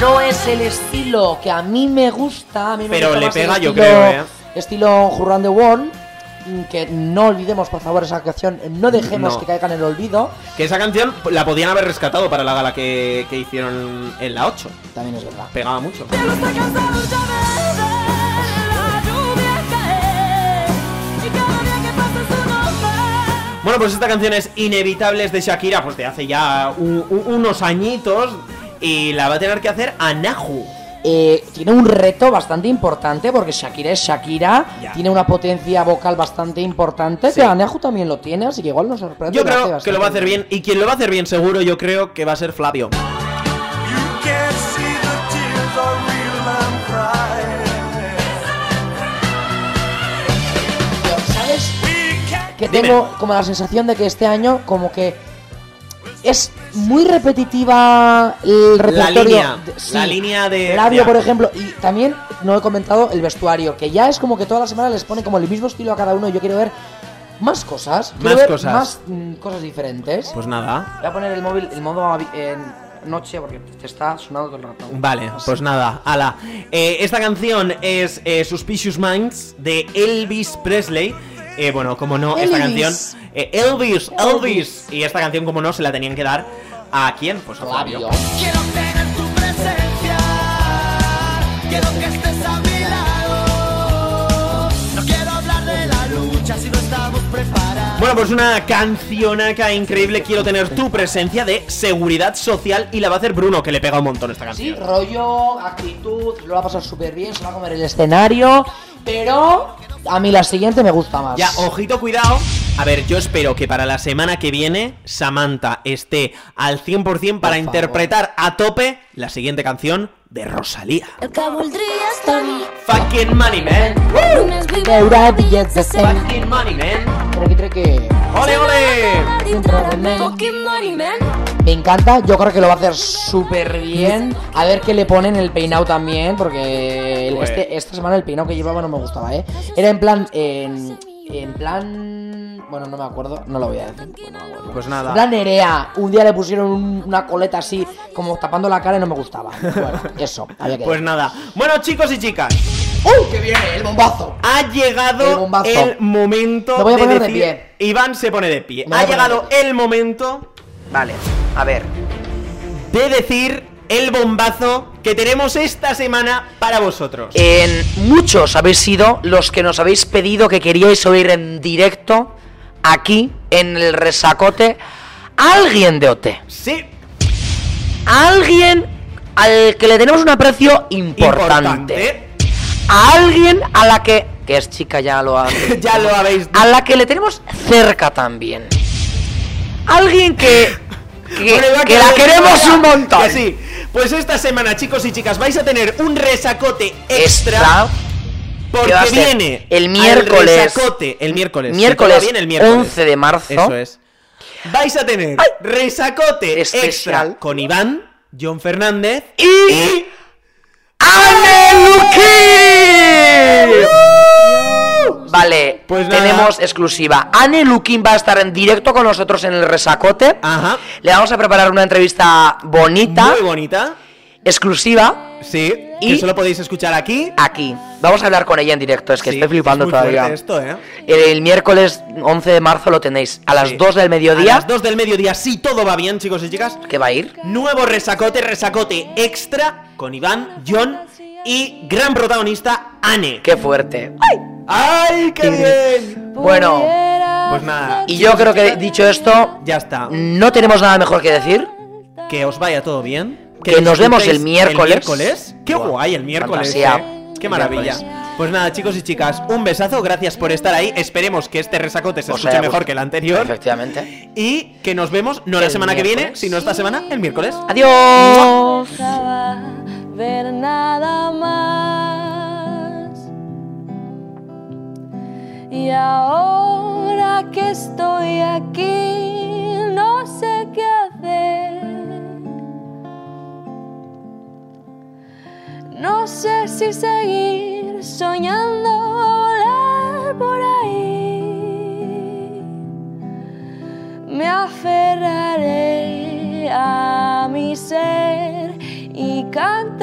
Speaker 3: Mm, No es el estilo que a mí me gusta. A mí me
Speaker 2: Pero
Speaker 3: gusta
Speaker 2: le
Speaker 3: más el
Speaker 2: pega, yo
Speaker 3: estilo-
Speaker 2: creo, ¿eh?
Speaker 3: Estilo Hurrun the World. mm, Que no olvidemos, por favor, esa canción. No dejemos
Speaker 2: No.
Speaker 3: que caiga en el olvido.
Speaker 2: Que esa canción la podían haber rescatado para la gala que, que hicieron en la 8.
Speaker 3: También es verdad.
Speaker 2: Pegaba mucho. Bueno, pues esta canción es Inevitables de Shakira, pues de hace ya u- u- unos añitos. Y la va a tener que hacer Anahu.
Speaker 3: Eh, tiene un reto bastante importante porque Shakira es Shakira.
Speaker 2: Ya.
Speaker 3: Tiene una potencia vocal bastante importante.
Speaker 2: Sí.
Speaker 3: Que Aneju también lo tiene, así que igual nos sorprende.
Speaker 2: Yo
Speaker 3: lo hace
Speaker 2: creo que lo va a
Speaker 3: bastante
Speaker 2: hacer bien. Y quien lo va a hacer bien, seguro, yo creo que va a ser Flavio.
Speaker 4: You can't see the tears are real, I'm crying.
Speaker 3: ¿Sabes? Que
Speaker 2: Dime.
Speaker 3: tengo como la sensación de que este año como que es muy repetitiva el repertorio.
Speaker 2: línea,
Speaker 3: de-
Speaker 2: la línea de-
Speaker 3: Labio,
Speaker 2: ya.
Speaker 3: por ejemplo, y también no he comentado el vestuario, que ya es como que toda la semana les pone como el mismo estilo a cada uno. y Yo quiero ver más cosas, quiero
Speaker 2: Más
Speaker 3: ver
Speaker 2: cosas.
Speaker 3: más mm, cosas diferentes.
Speaker 2: Pues nada.
Speaker 3: Voy a poner el móvil, el modo avi- en noche porque te está sonando todo el rato.
Speaker 2: Vale, pues nada, ala. Eh, esta canción es eh, Suspicious Minds de Elvis Presley. Eh, bueno, como no, esta canción.
Speaker 11: Elvis.
Speaker 2: eh, Elvis, Elvis. Y esta canción, como no, se la tenían que dar a quién? Pues a Flavio.
Speaker 1: Quiero tener tu presencia, quiero que estés a mi lado. No quiero hablar de la lucha si no estamos preparados.
Speaker 2: Bueno, pues una cancionaca increíble. Quiero tener tu presencia de seguridad social. Y la va a hacer Bruno, que le pega un montón esta
Speaker 3: Sí,
Speaker 2: canción.
Speaker 3: rollo, actitud, lo va a pasar súper bien, se va a comer el escenario, pero a mí la siguiente me gusta más.
Speaker 2: Ya, ojito, cuidado. A ver, yo espero que para la semana que viene Samantha esté al 100% para
Speaker 3: favor.
Speaker 2: interpretar a tope la siguiente canción de Rosalía.
Speaker 1: El que voldria és tenir
Speaker 2: Fucking money, man.
Speaker 1: només
Speaker 3: Veure bitllets de 100.
Speaker 2: Fucking money, man.
Speaker 3: Crec, crec que
Speaker 2: Ole, ole.
Speaker 1: dintre de mi. Fucking money, man.
Speaker 3: me encanta, yo creo que lo va a hacer súper bien. A ver qué le ponen el peinado también, porque el-
Speaker 2: Pues-
Speaker 3: este, esta semana el peinado que llevaba no me gustaba, ¿eh? Era en plan... En, en plan... Bueno, no me acuerdo, no lo voy a decir. Bueno, no me acuerdo.
Speaker 2: Pues
Speaker 6: Ah.
Speaker 3: En
Speaker 2: nada.
Speaker 3: plan Nerea, un día le pusieron un- una coleta así, como tapando la cara y no me gustaba. Bueno, eso, había que
Speaker 2: Pues nada. Bueno, chicos y chicas,
Speaker 3: ¡Uh! ¡Que viene! ¡El bombazo!
Speaker 2: ha
Speaker 3: El
Speaker 2: llegado
Speaker 3: bombazo.
Speaker 2: el momento
Speaker 3: Me voy a
Speaker 2: de
Speaker 3: poner de
Speaker 2: decir.
Speaker 3: pie.
Speaker 2: Iván se pone de pie.
Speaker 3: Me voy a
Speaker 2: Ha
Speaker 3: poner
Speaker 2: llegado
Speaker 3: de
Speaker 2: el momento
Speaker 6: Vale, a ver.
Speaker 2: de decir el bombazo que tenemos esta semana para vosotros.
Speaker 3: En muchos habéis sido los que nos habéis pedido que queríais oír en directo, aquí, en el resacote, a alguien de OT.
Speaker 2: Sí,
Speaker 3: A alguien al que le tenemos un aprecio importante.
Speaker 2: importante.
Speaker 3: A alguien a la que. que es chica, ya lo ha.
Speaker 2: Ya lo habéis dicho.
Speaker 3: A la que le tenemos cerca también. Alguien que. que,
Speaker 2: Bueno, Iván,
Speaker 3: que la queremos un montón.
Speaker 2: Que sí. Pues esta semana, chicos y chicas, vais a tener un resacote extra.
Speaker 3: Extra.
Speaker 2: Porque
Speaker 3: que va a ser
Speaker 2: viene
Speaker 3: el
Speaker 2: al
Speaker 3: miércoles.
Speaker 2: resacote, el miércoles.
Speaker 3: Miércoles,
Speaker 2: se prueba bien el miércoles.
Speaker 3: 11 de marzo.
Speaker 2: Eso es. Vais a tener
Speaker 3: Ay.
Speaker 2: resacote
Speaker 3: Especial.
Speaker 2: extra con Iván, John Fernández
Speaker 3: y Anne Luquín. Vale,
Speaker 2: Pues nada.
Speaker 3: tenemos exclusiva. Anne Luquín va a estar en directo con nosotros en el resacote.
Speaker 2: Ajá.
Speaker 3: Le vamos a preparar una entrevista bonita,
Speaker 2: Ah. Muy bonita.
Speaker 3: exclusiva,
Speaker 2: Sí.
Speaker 3: Y-
Speaker 2: Que solo podéis escuchar aquí.
Speaker 3: aquí. Vamos a hablar con ella en directo, es que
Speaker 2: Sí,
Speaker 3: estoy flipando
Speaker 2: es muy
Speaker 3: todavía.
Speaker 2: fuerte Esto, ¿eh?
Speaker 3: El, el miércoles 11 de marzo lo tenéis a las
Speaker 2: Sí.
Speaker 3: 2 del mediodía.
Speaker 2: A las 2 del mediodía, si todo va bien, chicos y chicas.
Speaker 3: ¿Qué va a ir?
Speaker 2: Nuevo resacote, resacote extra con Iván, John y gran protagonista, Anne.
Speaker 3: Qué fuerte. Ay,
Speaker 2: ¡Ay, qué bien!
Speaker 3: Bueno,
Speaker 2: Pues nada,
Speaker 3: y yo creo que dicho esto,
Speaker 2: ya está.
Speaker 3: no tenemos nada mejor que decir.
Speaker 2: Que os vaya todo bien.
Speaker 3: Que nos vemos el
Speaker 2: disfrutéis
Speaker 3: miércoles.
Speaker 2: miércoles. ¡Qué
Speaker 3: Buah,
Speaker 2: guay el miércoles!
Speaker 3: fantasía.
Speaker 2: eh. ¡Qué
Speaker 3: El
Speaker 2: maravilla! Pues nada, chicos y chicas, un besazo, gracias por estar ahí. Esperemos que este resacote se
Speaker 3: Os
Speaker 2: escuche
Speaker 3: haya
Speaker 2: mejor
Speaker 3: gustado.
Speaker 2: que el anterior.
Speaker 3: Efectivamente.
Speaker 2: Y que nos vemos no la
Speaker 3: El
Speaker 2: semana que viene,
Speaker 3: miércoles.
Speaker 2: sino esta semana, el miércoles.
Speaker 3: Adiós.
Speaker 1: dejaba ver nada más. Y ahora que estoy aquí, no sé qué hacer. No sé si seguir soñando o volar por ahí me aferraré a mi ser y cantaré.